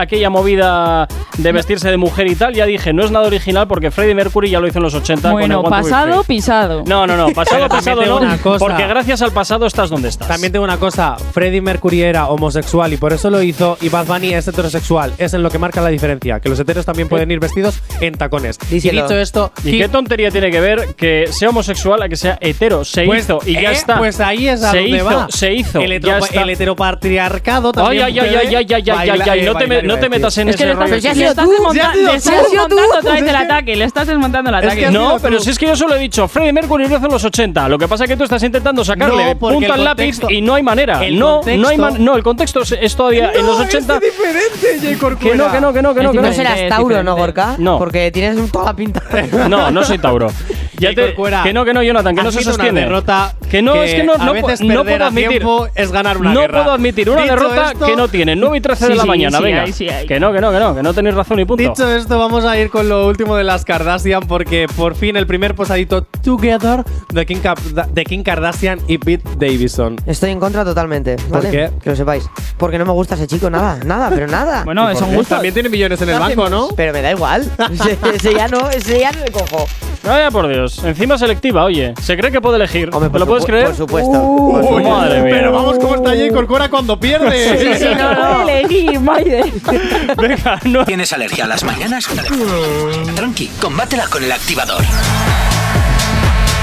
S2: aquella movida
S4: Mm.
S2: de vestirse de mujer y tal, ya dije, no es nada original porque Freddie Mercury ya lo hizo en los 80. con el
S3: Bueno,
S2: Want to Be
S3: pasado,
S2: Free.
S3: pisado.
S2: No, no, no, pasado,
S4: Pero también
S2: pasado
S4: te digo una
S2: no.
S4: cosa.
S2: Porque gracias al pasado estás donde estás.
S4: También tengo una cosa, Freddie Mercury era homosexual y por eso lo hizo y Bad Bunny es heterosexual. Es en lo que marca la diferencia, que los heteros también pueden ir vestidos en tacones.
S7: Díselo.
S4: Y dicho esto,
S2: ¿Y
S4: Kim-
S2: qué tontería tiene que ver que sea homosexual a que sea hetero? Se
S4: pues,
S2: hizo y ya
S4: eh,
S2: está.
S4: Pues ahí es a
S2: se
S4: donde
S2: hizo,
S4: va.
S2: Se hizo,
S4: El,
S2: ya
S4: heteropa-
S2: está.
S4: el heteropatriarcado
S2: Ay,
S4: también eh,
S2: ay, ay, ay, ay, ay, ay, ay, ay, no te, me- no te metas en
S3: Es que
S2: ese
S3: le estás,
S2: rollo.
S7: Pero si has
S3: le
S7: sido
S3: estás
S7: tú,
S3: desmonta-
S4: si has
S3: le
S4: sido
S3: estás
S4: tú.
S3: desmontando otra
S4: Pues
S3: vez
S4: es
S3: el
S4: que-
S3: ataque, le estás desmontando el
S4: que
S3: ataque.
S4: has sido
S2: No,
S4: tú.
S2: pero si es que yo solo he dicho, Freddie Mercury lo hace en los 80. Lo que pasa es que tú estás intentando sacarle
S4: No, porque
S2: punta
S4: el
S2: al lápiz
S4: contexto-
S2: y no hay manera.
S4: el
S2: no, no hay
S4: contexto-
S2: man- No, el contexto es, es todavía en los 80.
S4: diferente,
S2: Que no, que no, que no, que no, que
S7: No
S2: no.
S3: Encima
S7: serás
S3: es
S7: Tauro, ¿no,
S3: diferente.
S7: Gorka?
S2: No.
S7: Porque tienes toda la pinta.
S2: No, no soy Tauro. Ya
S4: Jay
S2: te-
S4: Corcuera,
S2: que no, que no, Jonathan, que no
S4: has
S2: se
S4: sido una
S2: sostiene.
S4: derrota
S2: que no, es que no,
S4: a
S2: no,
S4: veces
S2: pu- no
S4: perder
S2: puedo
S4: a
S2: admitir.
S4: tiempo es ganar una
S2: no
S4: guerra.
S2: puedo admitir una
S4: Dicho
S2: derrota
S4: esto-
S2: que no tiene 9 y 13 de
S3: Sí,
S2: la
S3: sí,
S2: mañana,
S3: sí,
S2: venga.
S3: ahí sí hay.
S2: Que no, que no, que no, que no tenéis razón y punto.
S4: Dicho esto, vamos a ir con lo último de las Kardashian porque por fin el primer posadito Together de Kim, Kap- de Kim Kardashian y Pete Davidson.
S7: Estoy en contra totalmente. ¿vale?
S4: qué?
S7: Que lo sepáis. Porque no me gusta ese chico, nada, nada, pero nada.
S3: Bueno, son gustos.
S4: También tiene millones en el banco, ¿no?
S7: Pero me da igual. ese, ese ya no, ese ya no le cojo.
S2: Vaya por Dios. Encima selectiva, oye. Se cree que puede elegir.
S7: Hombre,
S2: ¿Te
S7: por
S2: lo puedes
S7: supu-
S2: creer?
S7: Por supuesto.
S3: Uh.
S7: por
S2: Uy,
S7: supuesto.
S2: madre mía.
S4: Pero vamos, ¿cómo está Jay Corcuera cuando pierde?
S3: Sí, sí, no, no.
S2: Venga, no.
S1: ¿Tienes alergia a las mañanas? Tranqui, combátela con el activador.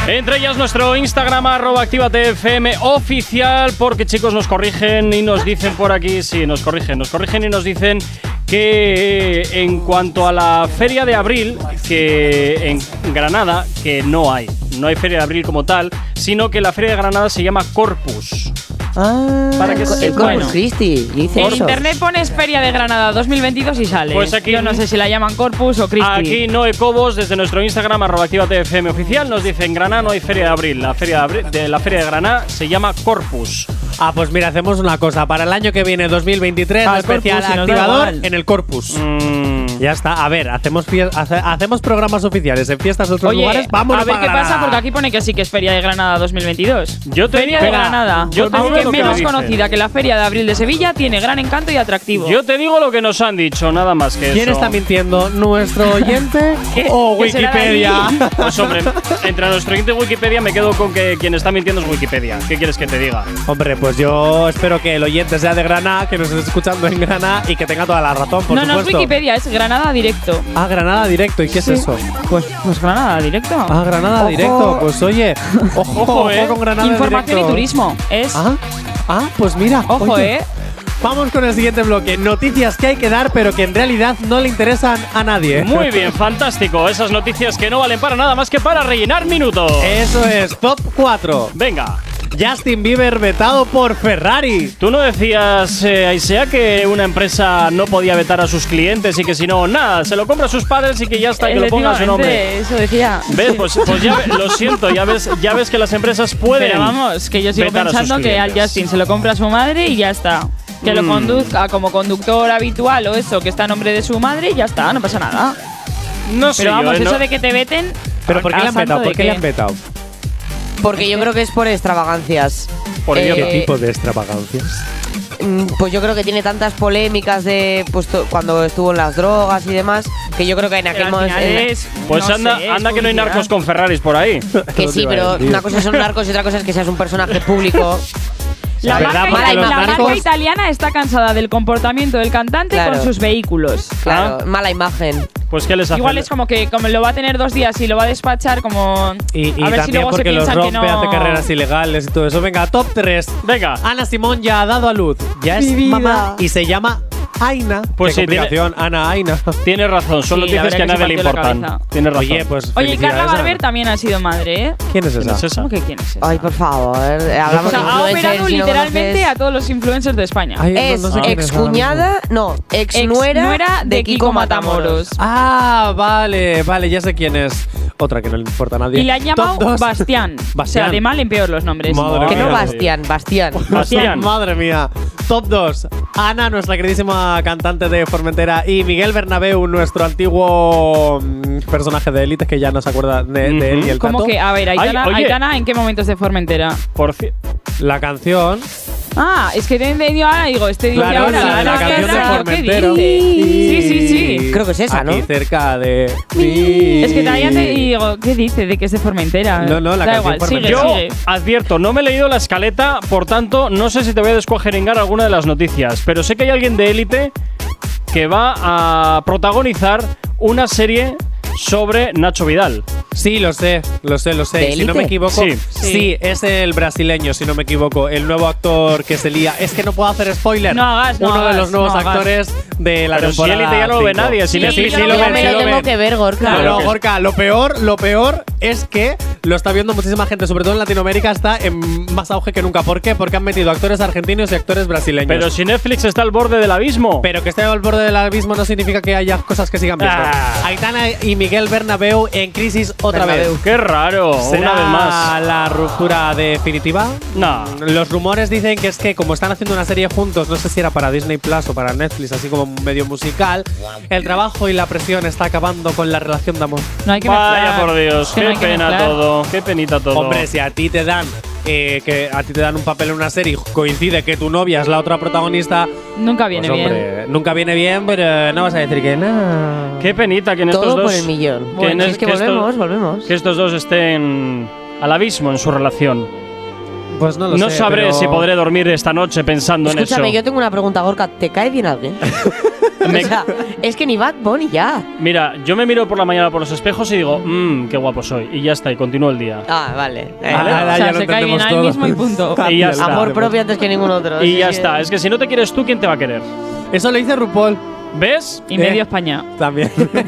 S2: Entre ellas nuestro Instagram arroba activatefm oficial porque chicos nos corrigen y nos dicen por aquí, sí, nos corrigen, nos corrigen y nos dicen que eh, en cuanto a la feria de abril, que en Granada, que no hay, no hay feria de abril como tal, sino que la feria de Granada se llama Corpus.
S7: Ah,
S2: Para que
S7: el,
S2: se-
S7: el Corpus
S2: bueno.
S7: Christi. Yo hice
S3: En
S7: eso.
S3: internet pones Feria de Granada 2022 y sale.
S2: Pues aquí-
S3: Yo no sé si la llaman Corpus o Christi.
S2: Aquí Noe Cobos, desde nuestro Instagram, arroba activatfm oficial, nos dice en Granada no hay feria de abril. La feria de, abril- de la feria de Granada se llama Corpus.
S4: Ah, pues mira, hacemos una cosa. Para el año que viene, 2023,
S3: Al
S4: especial
S3: Corpus, si nos da
S4: activador
S3: igual.
S4: en el Corpus.
S2: Mm,
S4: Ya está. A ver, hacemos, fie- hace- hacemos programas oficiales en fiestas de otros
S3: Oye,
S4: lugares. Vamos
S3: a ver qué pasa, porque aquí pone que sí que es Feria de Granada 2022.
S2: Yo te
S3: Feria de
S2: digo-
S3: Granada,
S2: yo te
S3: aunque
S2: digo lo que
S3: menos
S2: dicen.
S3: conocida que la Feria de Abril de Sevilla, tiene gran encanto y atractivo.
S2: Yo te digo lo que nos han dicho, nada más que
S4: ¿Quién
S2: eso.
S4: está mintiendo? ¿Nuestro oyente
S3: ¿Qué-
S4: o
S3: qué será de
S4: Wikipedia?
S3: allí?
S2: Pues hombre, entre nuestro cliente Wikipedia me quedo con que quien está mintiendo es Wikipedia. ¿Qué quieres que te diga?
S4: Hombre, pues yo espero que el oyente sea de Granada, que nos esté escuchando en Granada y que tenga toda la razón, por
S3: no, no
S4: supuesto.
S3: es Wikipedia, es Granada Directo.
S4: Ah, Granada directo. ¿Y qué es eso?
S3: Pues, pues Granada Directo.
S4: Ah, Granada
S7: Ojo.
S4: directo. Pues oye, ojo,
S2: Ojo,
S4: ojo
S2: eh.
S4: con Granada
S3: Información y
S4: directo.
S3: turismo. Es.
S4: Ah, ah, pues mira.
S3: Ojo,
S4: oye.
S3: eh.
S4: Vamos con el siguiente bloque. Noticias que hay que dar, pero que en realidad no le interesan a nadie.
S2: Muy bien, fantástico. Esas noticias que no valen para nada más que para rellenar minutos.
S4: Eso es, top 4.
S2: Venga.
S4: Justin Bieber vetado por Ferrari.
S2: ¿Tú no decías, eh, Aisea, que una empresa no podía vetar a sus clientes y que si no, nada, se lo compra a sus padres y que ya está, que lo ponga a su nombre?
S3: Efectivamente, Eso decía.
S2: ¿Ves? Pues, pues ya ve- lo siento, ya ves, ya ves que las empresas pueden.
S3: Pero vamos, que yo sigo
S2: vetar a sus
S3: pensando que al
S2: clientes.
S3: Justin se lo compra a su madre y ya está. Que lo
S2: Mm.
S3: conduzca como conductor habitual o eso, que está a nombre de su madre y ya está, no pasa nada.
S2: No sé
S3: Pero
S2: yo,
S3: vamos,
S2: eh, no-
S3: eso de que te veten.
S4: ¿Pero por qué
S3: ¿a
S4: le han
S3: santo
S4: vetado?
S3: de
S4: ¿Por qué le han
S3: qué?
S4: vetado?
S7: Porque
S3: eh.
S7: yo creo que es por extravagancias.
S2: Por
S7: Eh,
S2: idiota.
S4: ¿Qué tipo de extravagancias?
S7: Mm, Pues yo creo que tiene tantas polémicas de pues, to- cuando estuvo en las drogas y demás, que yo creo que en
S3: Pero
S7: aquel eh,
S3: al
S7: momento.
S3: final
S7: en-
S3: es-
S2: Pues
S3: no
S2: anda,
S3: sé, es
S2: anda que no hay
S3: publicidad.
S2: narcos con Ferraris por ahí.
S7: Que sí, pero una cosa son narcos y otra cosa es que seas un personaje público.
S3: La,
S4: ¿Verdad?
S3: marca, la
S7: Porque los
S3: marca
S4: narcos-
S3: italiana está cansada del comportamiento del cantante
S7: Claro.
S3: con sus vehículos.
S7: Claro, mala imagen.
S2: Pues qué les hace.
S3: Igual es como que como lo va a tener dos días y lo va a despachar como
S4: Y, y
S3: a ver si
S4: también
S3: luego se
S4: porque los
S3: piensan
S4: rompe,
S3: que no.
S4: hace carreras ilegales y todo eso. Venga, top 3.
S2: Venga.
S4: Ana Simón ya ha dado a luz. Ya es
S7: Mi vida.
S4: mamá y se llama Aina.
S2: Pues
S4: Qué
S2: sí, tiene-
S4: complicación, Ana Aina.
S2: Tienes razón, son
S3: Sí, la
S2: noticias
S3: verdad
S2: que a
S3: que se
S2: nadie le
S3: partió la
S2: importan.
S3: cabeza.
S2: Tienes razón.
S4: Oye, pues
S3: Oye, y Carla
S4: felicidades, Ana.
S3: Barber también ha sido madre, ¿eh?
S4: ¿Quién es
S2: ¿Quién
S4: esa?
S2: Pues es esa?
S3: ¿Cómo que quién es esa?
S7: Ay, por
S3: O
S7: favor. Hablamos de
S3: sea, ha
S7: influencers
S3: operado
S7: y no
S3: literalmente
S7: conoces-
S3: a todos los influencers de España.
S4: Ay, no-
S7: Es
S4: no sé quién es ahora mismo.
S7: excuñada, no, exnuera
S3: Exnuera
S7: de Kiko Matamoros.
S4: Ah, vale, vale, ya sé quién es. Otra que no le importa a nadie.
S3: Y le han llamado
S4: Top dos.
S3: Bastián. O sea,
S4: Bastián.
S3: de mal en peor los nombres.
S4: Madre
S7: Que
S4: mía.
S7: no, Bastián, Bastián.
S2: Bastián.
S4: Madre mía. Top 2. Ana, nuestra queridísima cantante de Formentera. Y Miguel Bernabeu, nuestro antiguo mm, personaje de élite que ya no se acuerda de, de él y el
S3: Como
S4: tanto.
S3: que, a ver, Aitana,
S2: Ay, oye.
S3: Aitana, ¿en qué momentos de Formentera?
S2: Por ci-
S4: La canción.
S3: Ah, es que te he entendido ahora, digo, este dice
S4: Claro,
S3: ahora.
S4: la, de la
S3: ahora,
S4: canción de
S3: ahora, ¿qué
S4: Formentero.
S3: dice? Sí, sí, sí.
S7: Creo que es esa,
S4: Aquí
S7: ¿no?
S4: cerca de. mí.
S3: Es que todavía te digo, ¿qué dice? ¿De que es de Formentera?
S4: No, no, la
S3: da
S4: canción
S3: igual, sigue,
S4: Formentera.
S2: Yo
S3: sigue.
S2: advierto, no me he leído la escaleta, por tanto, no sé si te voy a descuajeringar alguna de las noticias, pero sé que hay alguien de élite que va a protagonizar una serie sobre Nacho Vidal.
S4: Sí, lo sé, lo sé, lo sé.
S7: ¿De
S4: Y Si no
S7: Élite?
S4: me equivoco,
S2: Sí.
S4: sí. es el brasileño, si no me equivoco, el nuevo actor que se lía. Es que no puedo hacer spoiler.
S3: No hagas, no
S4: Uno
S3: hagas,
S4: de los nuevos
S3: no hagas.
S4: actores de la
S2: Pero si
S4: temporada.
S2: Élite ya no lo ve
S4: cinco.
S2: nadie, si
S4: sí,
S2: Netflix
S4: sí,
S3: ya
S4: sí,
S3: lo
S4: lo
S3: ve,
S7: Yo
S4: ven,
S7: me
S4: sí
S7: lo
S4: lo
S7: tengo
S4: ven.
S7: que ver, Gorka.
S2: Claro.
S4: Pero, Gorka, lo peor, lo peor es que lo está viendo muchísima gente, sobre todo en Latinoamérica, está en más auge que nunca. ¿Por qué? Porque han metido actores argentinos y actores brasileños.
S2: Pero si Netflix está al borde del abismo.
S4: Pero que esté al borde del abismo no significa que haya cosas que sigan viendo.
S2: Ah.
S4: Aitana y Miguel Bernabeu en crisis otra
S7: Bernabéu.
S4: vez.
S2: Qué raro,
S4: ¿Será
S2: una vez más.
S4: la ruptura definitiva?
S2: No.
S4: Los rumores dicen que es que como están haciendo una serie juntos, no sé si era para Disney Plus o para Netflix, así como medio musical, el trabajo y la presión está acabando con la relación de amor.
S3: No hay que
S2: Vaya
S3: mezclar.
S2: por Dios,
S3: Que no
S2: qué
S3: hay que
S2: pena
S3: mezclar.
S2: todo, qué penita todo.
S4: Hombre, si a ti te dan eh, que a ti te dan un papel en una serie y coincide que tu novia es la otra protagonista,
S3: Nunca viene
S4: pues,
S3: bien.
S4: hombre, nunca viene bien, pero no vas a decir que no.
S2: qué penita que en estos
S7: Todo
S2: dos
S7: por el millón.
S2: Que en
S7: Bueno,
S2: es-
S7: es que
S2: que esto-
S7: volvemos, volvemos.
S2: que estos dos estén al abismo en su relación.
S4: Pues no lo
S2: No
S4: sé,
S2: sabré
S4: pero-
S2: si podré dormir esta noche pensando
S7: Escúchame,
S2: en
S7: yo
S2: eso.
S7: tengo una pregunta, Gorka. ¿Te cae bien alguien?
S2: Me-
S7: o sea, es que ni Bad Bunny ya.
S2: Mira, yo me miro por la mañana por los espejos y digo, mmm, qué guapo soy. Y ya está, y continúo el día.
S7: Ah, vale. Eh,
S4: Vale, pues.
S3: O
S4: ahora
S3: sea,
S4: ya lo
S3: se cae bien
S4: entendemos
S3: al
S4: todo.
S3: mismo y punto.
S2: Y ya está.
S7: Amor propio antes que ningún otro.
S2: Y
S7: Ah, Sí,
S2: ya
S7: sí.
S2: está. Es que si no te quieres tú, ¿quién te va a querer?
S4: Eso lo dice RuPaul.
S2: ¿Ves?
S3: Y medio España.
S4: También.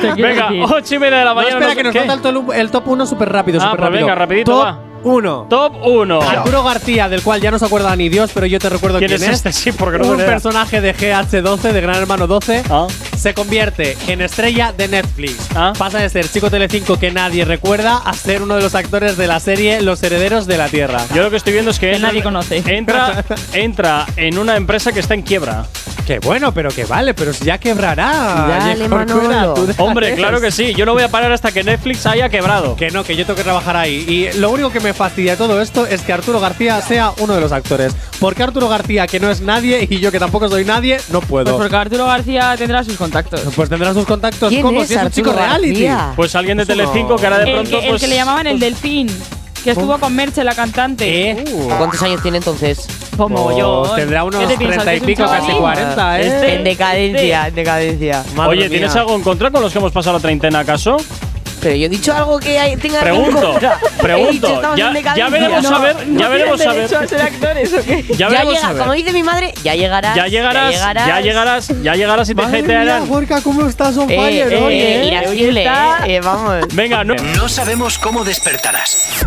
S3: Te quiero
S2: Venga,
S3: decir.
S2: 8 y media de la
S4: No,
S2: mañana.
S4: espera,
S2: no-
S4: que nos
S2: ¿qué?
S4: falta el, tolu- el top 1 súper rápido,
S2: Ah,
S4: súper
S2: pues
S4: rápido.
S2: venga, rapidito,
S4: Top
S2: va.
S4: 1.
S2: Top 1.
S4: Arturo García, del cual ya no se acuerda ni Dios, pero yo te recuerdo
S2: ¿Quién
S4: Ah, quién,
S2: es este? Sí, porque no
S4: Un
S2: me lea.
S4: personaje de GH12, de Gran Hermano 12,
S2: Ah.
S4: se convierte en estrella de Netflix.
S2: Ah.
S4: Pasa de ser chico Telecinco que nadie recuerda a ser uno de los actores de la serie Los Herederos de la Tierra.
S2: Yo lo que estoy viendo es que,
S3: Que
S2: él
S3: nadie conoce.
S2: Entra, entra en una empresa que está en quiebra.
S4: Qué bueno, pero que vale, pero si ya quebrará.
S7: Dale,
S4: Diego Corcuera,
S7: Manolo.
S4: tú déjales.
S2: Hombre, claro que sí. Yo no voy a parar hasta que Netflix haya quebrado.
S4: Que no, que yo tengo que trabajar ahí. Y lo único que me fastidia de todo esto es que Arturo García sea uno de los actores. Porque Arturo García, que no es nadie, y yo que tampoco soy nadie, no
S3: Pues
S4: puedo.
S3: porque Arturo García tendrá sus contactos.
S4: Pues tendrá sus contactos
S7: ¿Quién
S4: como
S7: es
S4: si es un
S7: Arturo
S4: chico reality.
S7: García?
S2: Pues alguien de
S4: Eso no.
S2: Telecinco que ahora de
S3: El,
S2: pronto
S3: que, el
S2: pues,
S3: que le llamaban el delfín, que estuvo con Merche, la cantante.
S4: ¿Eh?
S7: ¿Cuántos años tiene entonces?
S3: Como yo.
S4: Pues tendrá unos
S3: ¿Qué te piensas,
S4: 30
S3: que
S4: y
S3: es un
S4: pico, casi
S3: chavalín?
S4: 40, ¿eh?
S3: Este-
S7: En decadencia, en decadencia.
S4: Madre
S2: Oye,
S4: mía.
S2: ¿tienes algo en contra con los que hemos pasado la treintena acaso?
S7: Pero yo he dicho algo que hay- tenga algo en
S2: Pregunto,
S7: contra. He dicho,
S2: pregunto.
S7: estamos
S2: Ya,
S7: en
S2: ya
S7: decadencia.
S2: veremos
S7: No,
S2: a ver, ya veremos a ver. Ya
S7: Ya,
S2: veremos
S7: llega,
S2: a
S7: como
S2: ver.
S7: dice mi madre, ya llegarás.
S2: Ya llegarás, ya llegarás, ya llegarás y te
S4: Madre mía,
S2: hatearán.
S4: Gorka, ¿cómo estás on
S7: Eh,
S4: fire
S7: eh,
S4: hoy, eh?
S7: irascible, eh, eh, vamos.
S2: Venga, no.
S1: No sabemos cómo despertarás,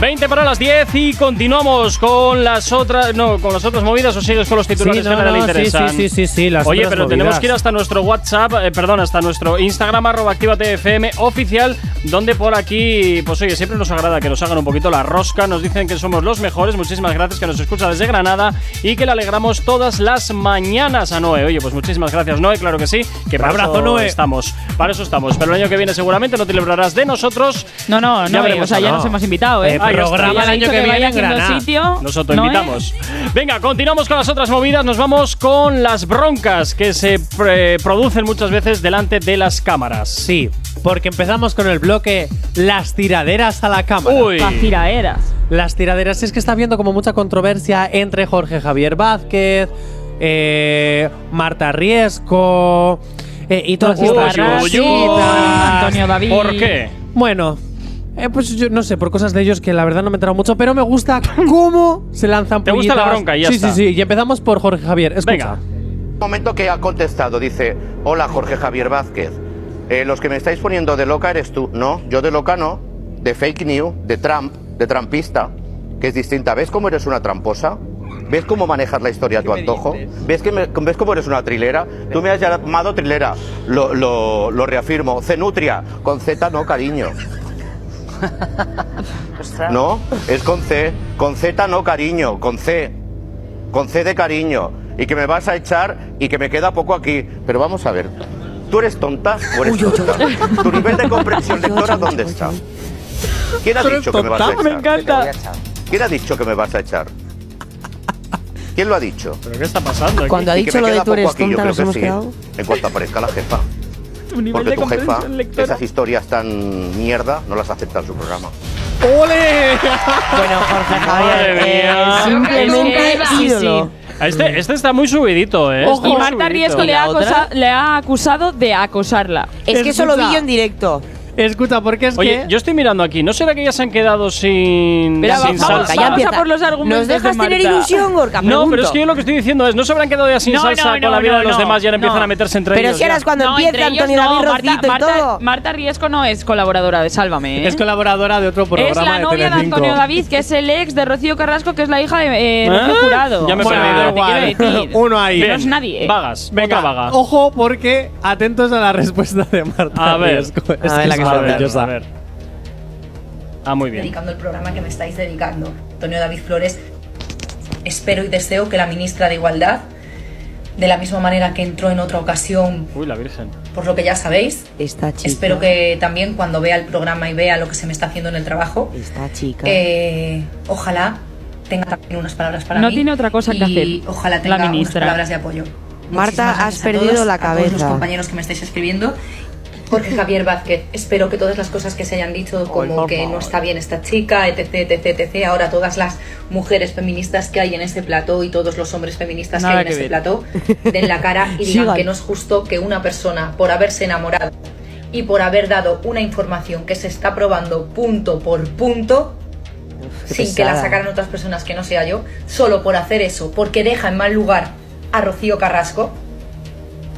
S2: 20 para las 10 y continuamos con las otras, no, con las otras movidas o sigues con los titulares que no, le
S4: sí,
S2: interesan.
S4: sí, sí, sí, sí, las
S2: Oye,
S4: otras
S2: pero tenemos
S4: movidas.
S2: que ir hasta nuestro WhatsApp, eh, perdón, hasta nuestro Instagram arroba activatfm oficial, donde por aquí, pues oye, siempre nos agrada que nos hagan un poquito la rosca, nos dicen que somos los mejores, muchísimas gracias, que nos escucha desde Granada y que le alegramos todas las mañanas a Noé. Oye, pues muchísimas gracias, Noé, claro que sí, que para
S4: abrazo,
S2: eso
S4: Noé.
S2: estamos, para eso estamos. Pero el año que viene seguramente no te librarás de nosotros.
S3: No, no,
S2: Ya
S3: no. eh,
S2: veremos
S3: O sea,
S2: a
S3: ya
S2: ver.
S3: nos hemos invitado, ¿eh?
S4: Eh,
S2: Ah, ya
S4: programa
S2: está.
S4: el año
S3: Ya
S4: que
S3: ha dicho
S4: viene en
S3: vaya haciendo
S4: Granada.
S3: sitio,
S2: Nos
S3: ¿no, eh?
S2: autoinvitamos. Venga, continuamos con las otras movidas. Nos vamos con las broncas que se pre- producen muchas veces delante de las cámaras.
S4: Sí, porque empezamos con el bloque Las tiraderas a la cámara.
S2: Uy.
S3: Las tiraeras.
S4: Las tiraderas. Es que está habiendo como mucha controversia entre Jorge Javier Vázquez, eh, Marta Riesco eh, y todas
S2: Uy,
S4: estas
S2: uy, uy.
S4: cositas.
S3: Antonio David.
S2: ¿Por qué?
S4: Bueno, eh, pues yo no sé, por cosas de ellos que la verdad no me he enterado mucho, pero me gusta cómo se lanzan
S2: Te gusta
S4: pullitas.
S2: la bronca, ya
S4: Sí,
S2: está.
S4: sí, sí. Y empezamos por Jorge Javier. Escucha.
S2: Venga.
S10: momento que ha contestado, dice, hola Jorge Javier Vázquez, Eh, los que me estáis poniendo de loca eres tú, no, yo de loca no, de fake news, de Trump, de trampista, que es distinta, ¿ves cómo eres una tramposa? ¿Ves cómo manejas la historia a tu antojo? ¿Ves, que me- ¿Ves cómo eres una trilera? Tú me has llamado trilera, lo, lo- lo reafirmo, cenutria, con Z no, cariño. No, es con C, con Z no, cariño, con C con C de cariño y que me vas a echar y que me queda poco aquí. Pero vamos a ver, ¿tú eres tonta o eres tonta? ¿Tu nivel de comprensión lectora dónde está? ¿Quién ha
S4: ¿Tú eres
S10: dicho que me vas a
S4: tonta?
S10: echar?
S4: Me encanta.
S10: ¿Quién ha dicho que me vas a echar? ¿Quién lo ha dicho?
S2: ¿Pero qué está pasando? aquí?
S7: Cuando ha
S10: Y que
S7: dicho
S10: me
S7: lo de
S10: queda
S7: tú eres
S10: poco aquí, yo
S7: tonta, nos
S10: creo
S7: hemos
S10: que sí,
S7: quedado.
S10: En cuanto aparezca la jefa. Porque tu jefa, esas historias tan mierda, no las acepta en su programa.
S4: ¡Ole!
S7: Bueno, Jorge
S2: Madre
S7: Javier,
S2: mía.
S7: eh,
S3: Es
S7: simplemente
S3: que- sí,
S7: ídolo.
S2: Este, este está muy subidito, ¿eh? Está
S3: Y
S2: muy
S3: Marta
S2: subidito.
S3: Riesco le ha, acosa- le ha acusado de acosarla.
S7: Es que eso lo vi
S4: Escucha.
S7: yo en directo.
S4: Escucha, porque es
S2: Oye,
S4: que.
S2: yo estoy mirando aquí. ¿No será que ya se han quedado sin,
S3: Pero
S2: sin
S3: vamos, vamos
S2: salsa?
S7: ya
S3: a
S7: empieza.
S3: por los argumentos
S7: ¿Nos dejas
S3: de
S7: tener
S3: Marta.
S7: ilusión, Gorka?
S2: no, pero
S7: Pregunto.
S2: es que yo lo que estoy diciendo es, ¿no se habrán quedado ya sin
S3: No,
S2: salsa
S3: no,
S2: con
S3: no,
S2: la vida
S3: no,
S2: de los
S3: no,
S2: demás y ahora empiezan
S3: no.
S2: a meterse entre
S7: Pero
S2: ellos?
S7: si ahora
S2: ya?
S7: es cuando
S3: No,
S7: empieza
S3: entre ellos
S7: Antonio David
S3: no, Marta,
S7: Rocito y
S3: Marta-
S7: todo.
S3: Marta Riesco no es colaboradora de Sálvame. ¿eh?
S4: Es colaboradora de otro programa.
S3: Es la
S4: de
S3: novia de
S4: Telecinco.
S3: Antonio David, que es el ex de Rocío Carrasco, que es la hija de eh,
S2: ¿Ah?
S3: Rocío Jurado.
S2: Ya me he
S3: O sea,
S2: perdido.
S3: te
S4: Igual.
S3: quiero decir,
S4: Uno ahí.
S3: que No
S2: Bien.
S3: es nadie. ¿eh?
S2: Vagas,
S4: Venga, Oh,
S2: otra vaga.
S4: ojo, porque atentos a la respuesta de Marta.
S2: A ver.
S4: Riesco. Es que
S7: A ver la
S4: es
S7: que se va a
S2: a ver,
S4: maravillosa.
S2: a ver. Ah, muy bien.
S9: Dedicando el programa que me estáis dedicando. Antonio David Flores, espero y deseo que la ministra de Igualdad, de la misma manera que entró en otra ocasión,
S2: Uy, la Virgen.
S9: por lo que ya sabéis,
S7: Esta chica.
S9: espero que también cuando vea el programa y vea lo que se me está haciendo en el trabajo,
S7: Esta chica.
S9: eh, ojalá tenga también unas palabras para
S3: No
S9: mí.
S3: tiene otra cosa que
S9: y
S3: hacer,
S9: Ojalá
S3: la
S9: tenga
S3: ministra.
S9: unas palabras de apoyo.
S7: Marta,
S9: Muchísimas
S7: has
S9: gracias a
S7: perdido
S9: todos,
S7: la
S9: A todos
S7: cabeza.
S9: los compañeros que me estáis escribiendo. Jorge Javier Vázquez, espero que todas las cosas que se hayan dicho, como que no está bien esta chica, etc, etc, etc, ahora todas las mujeres feministas que hay en este plató y todos los hombres feministas
S3: Nada
S9: que hay en
S3: que
S9: este
S3: ver.
S9: plató, den la cara y digan
S7: Sigan.
S9: que no es justo que una persona, por haberse enamorado y por haber dado una información que se está probando punto por punto,
S7: qué
S9: sin que la
S7: pesada.
S9: sacaran otras personas que no sea yo, solo por hacer eso, porque deja en mal lugar a Rocío Carrasco,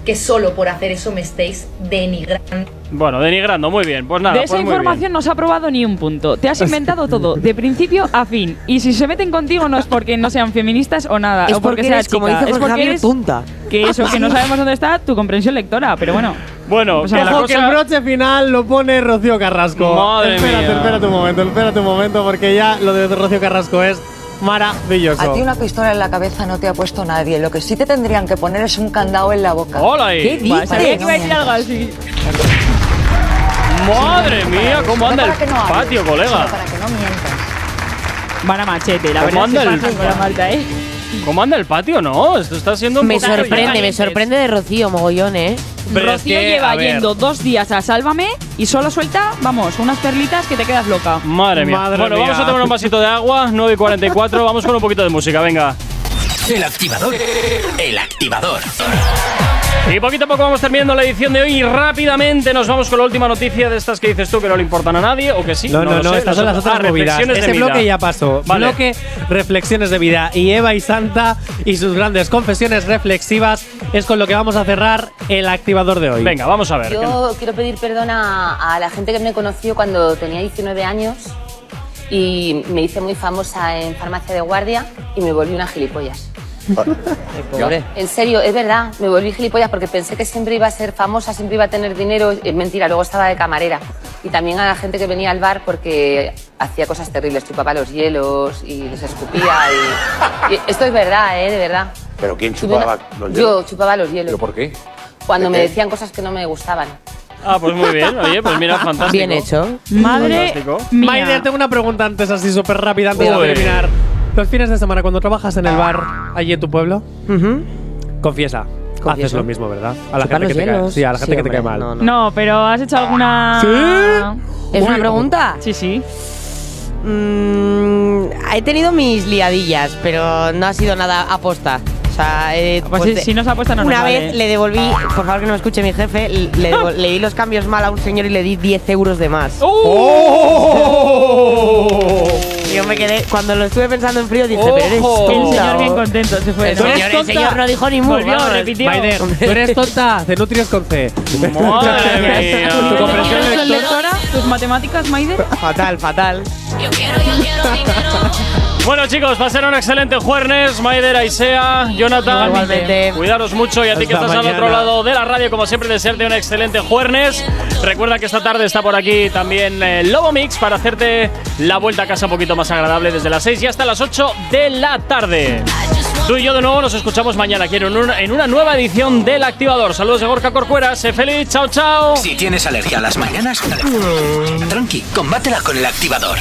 S9: que solo por hacer eso me estáis denigrando.
S2: Bueno, denigrando, muy bien. Pues nada,
S3: de esa
S2: pues muy bien.
S3: información no se ha probado ni un punto. Te has inventado todo, de principio a fin. Y si se meten contigo no es porque no sean feministas o nada,
S7: Es
S3: o porque,
S7: porque
S3: seas
S7: eres, como
S3: chica,
S7: dice
S3: es
S7: Jorge
S3: porque
S7: Javier,
S3: eres
S7: tonta.
S3: Que eso, que no sabemos dónde está tu comprensión lectora, pero bueno.
S2: Bueno,
S3: Pues
S2: que
S3: ojo
S2: la
S4: Ojo, que el
S2: cosa.
S4: broche final lo pone Rocío Carrasco.
S2: Madre
S4: espérate,
S2: mía.
S4: espérate un momento, espérate un momento, porque ya lo de Rocío Carrasco es maravilloso.
S11: A ti una pistola en la cabeza no te ha puesto nadie. Lo que sí te tendrían que poner es un candado en la boca.
S2: ¡Hola eh. ahí! ¿Qué
S11: Para que
S2: dices?
S3: Sabía que
S11: no
S3: iba a decir
S11: mientas.
S3: algo así.
S2: Madre mía, cómo anda el
S11: para que no hables,
S2: patio, colega.
S11: sino para que no mientas.
S3: Van a machete, la
S2: ¿Cómo
S3: verdad es que
S2: anda el-
S3: pasan con la Marta, ¿eh?
S2: ¿Cómo anda el patio? No, esto está siendo un
S7: Me
S2: poco-
S7: sorprende, me sorprende de Rocío, mogollón, ¿eh?
S2: Pero es
S3: Rocío
S2: que,
S3: lleva
S2: a ver.
S3: yendo dos días a Sálvame y solo suelta, vamos, unas perlitas que te quedas loca.
S2: Madre mía.
S4: Madre
S2: bueno,
S4: mía.
S2: vamos a tomar un vasito de agua, 9 y 44. vamos con un poquito de música, venga.
S1: El activador. El activador.
S2: Y poquito a poco vamos terminando la edición de hoy y rápidamente nos vamos con la última noticia de estas que dices tú que no le importan a nadie o que sí.
S4: No, no,
S2: lo
S4: no,
S2: sé, lo
S4: estas son las
S2: sé.
S4: otras
S2: Ah,
S4: movidas.
S2: reflexiones
S4: Ese
S2: de vida.
S4: bloque ya pasó.
S2: Vale.
S4: Bloque reflexiones de vida. Y Eva y Santa y sus grandes confesiones reflexivas es con lo que vamos a cerrar el activador de hoy.
S2: Venga, vamos a ver.
S12: Yo quiero pedir perdón a, a la gente que me conoció cuando tenía 19 años y me hice muy famosa en farmacia de guardia y me volví una gilipollas. eh, En serio, es verdad, me volví gilipollas porque pensé que siempre iba a ser famosa, siempre iba a tener dinero. Es mentira, luego estaba de camarera. Y también a la gente que venía al bar porque hacía cosas terribles, chupaba los hielos y los escupía. Y, y esto es verdad, ¿eh? De verdad.
S10: ¿Pero quién chupaba los
S12: Yo
S10: dedos?
S12: chupaba los hielos
S10: ¿Pero por qué?
S12: cuando
S10: ¿De
S12: me
S10: qué?
S12: decían cosas que no me gustaban.
S2: Ah, pues muy bien. Oye, pues mira,
S4: Ah,
S2: fantástico.
S7: Bien hecho.
S3: Madre
S2: Fantástico.
S3: mía.
S4: Maider, tengo una pregunta antes, así súper rápida, antes
S2: Uy.
S4: de terminar. Los fines de semana, cuando trabajas en el bar allí en tu pueblo, confiesa, haces
S7: Confieso.
S4: lo mismo, ¿verdad? A la gente
S7: Chupar los
S4: que te cae,
S7: hielos.
S4: sí, a la gente
S7: Sí,
S4: que te cae
S7: hombre,
S4: mal.
S7: no, no.
S3: No, pero has hecho alguna.
S7: ¿Es una pregunta?
S3: Sí, sí.
S7: Mm, he tenido mis liadillas, pero no ha sido nada aposta. O sea, eh,
S3: Pues si- si no es aposta, no nos
S7: Una
S3: vale. ¿eh?
S7: vez le devolví, por favor que no me escuche mi jefe, le, devo- le di los cambios mal a un señor y le di 10 euros de más.
S3: ¡Oh!
S2: ¡Oh,
S7: Yo me quedé, cuando lo estuve pensando en frío, dije, pero eres
S2: Ojo.
S3: El
S7: tonta,
S3: señor
S7: o-
S3: bien contento se fue.
S7: El
S3: ¿no?
S7: señor, el señor no dijo ni mu.
S3: Volvió,
S7: vamos.
S3: repitió.
S4: Maider, tú eres tonta, te nutrias con C.
S2: Madre mía.
S3: Tu
S4: Tu comprensión
S3: comprensión
S4: lectora-
S3: lectora, tus matemáticas, Maider.
S7: Fatal, fatal.
S2: Bueno, chicos, pasaron un excelente jueves. Maider, Aisea, Jonathan.
S7: Igualmente.
S2: Cuidaros mucho y a ti
S4: Hasta
S2: que estás al
S4: mañana.
S2: otro lado de la radio, como siempre, desearte un excelente jueves. Recuerda que esta tarde está por aquí también eh, Lobo Mix para hacerte la vuelta a casa un poquito más agradable desde las 6 y hasta las 8 de la tarde. Tú y yo de nuevo nos escuchamos mañana aquí en una, en una nueva edición del Activador. Saludos de Gorka Corcuera, sé feliz, chao, chao.
S1: Si tienes alergia a las mañanas, tranqui, combátela con el activador.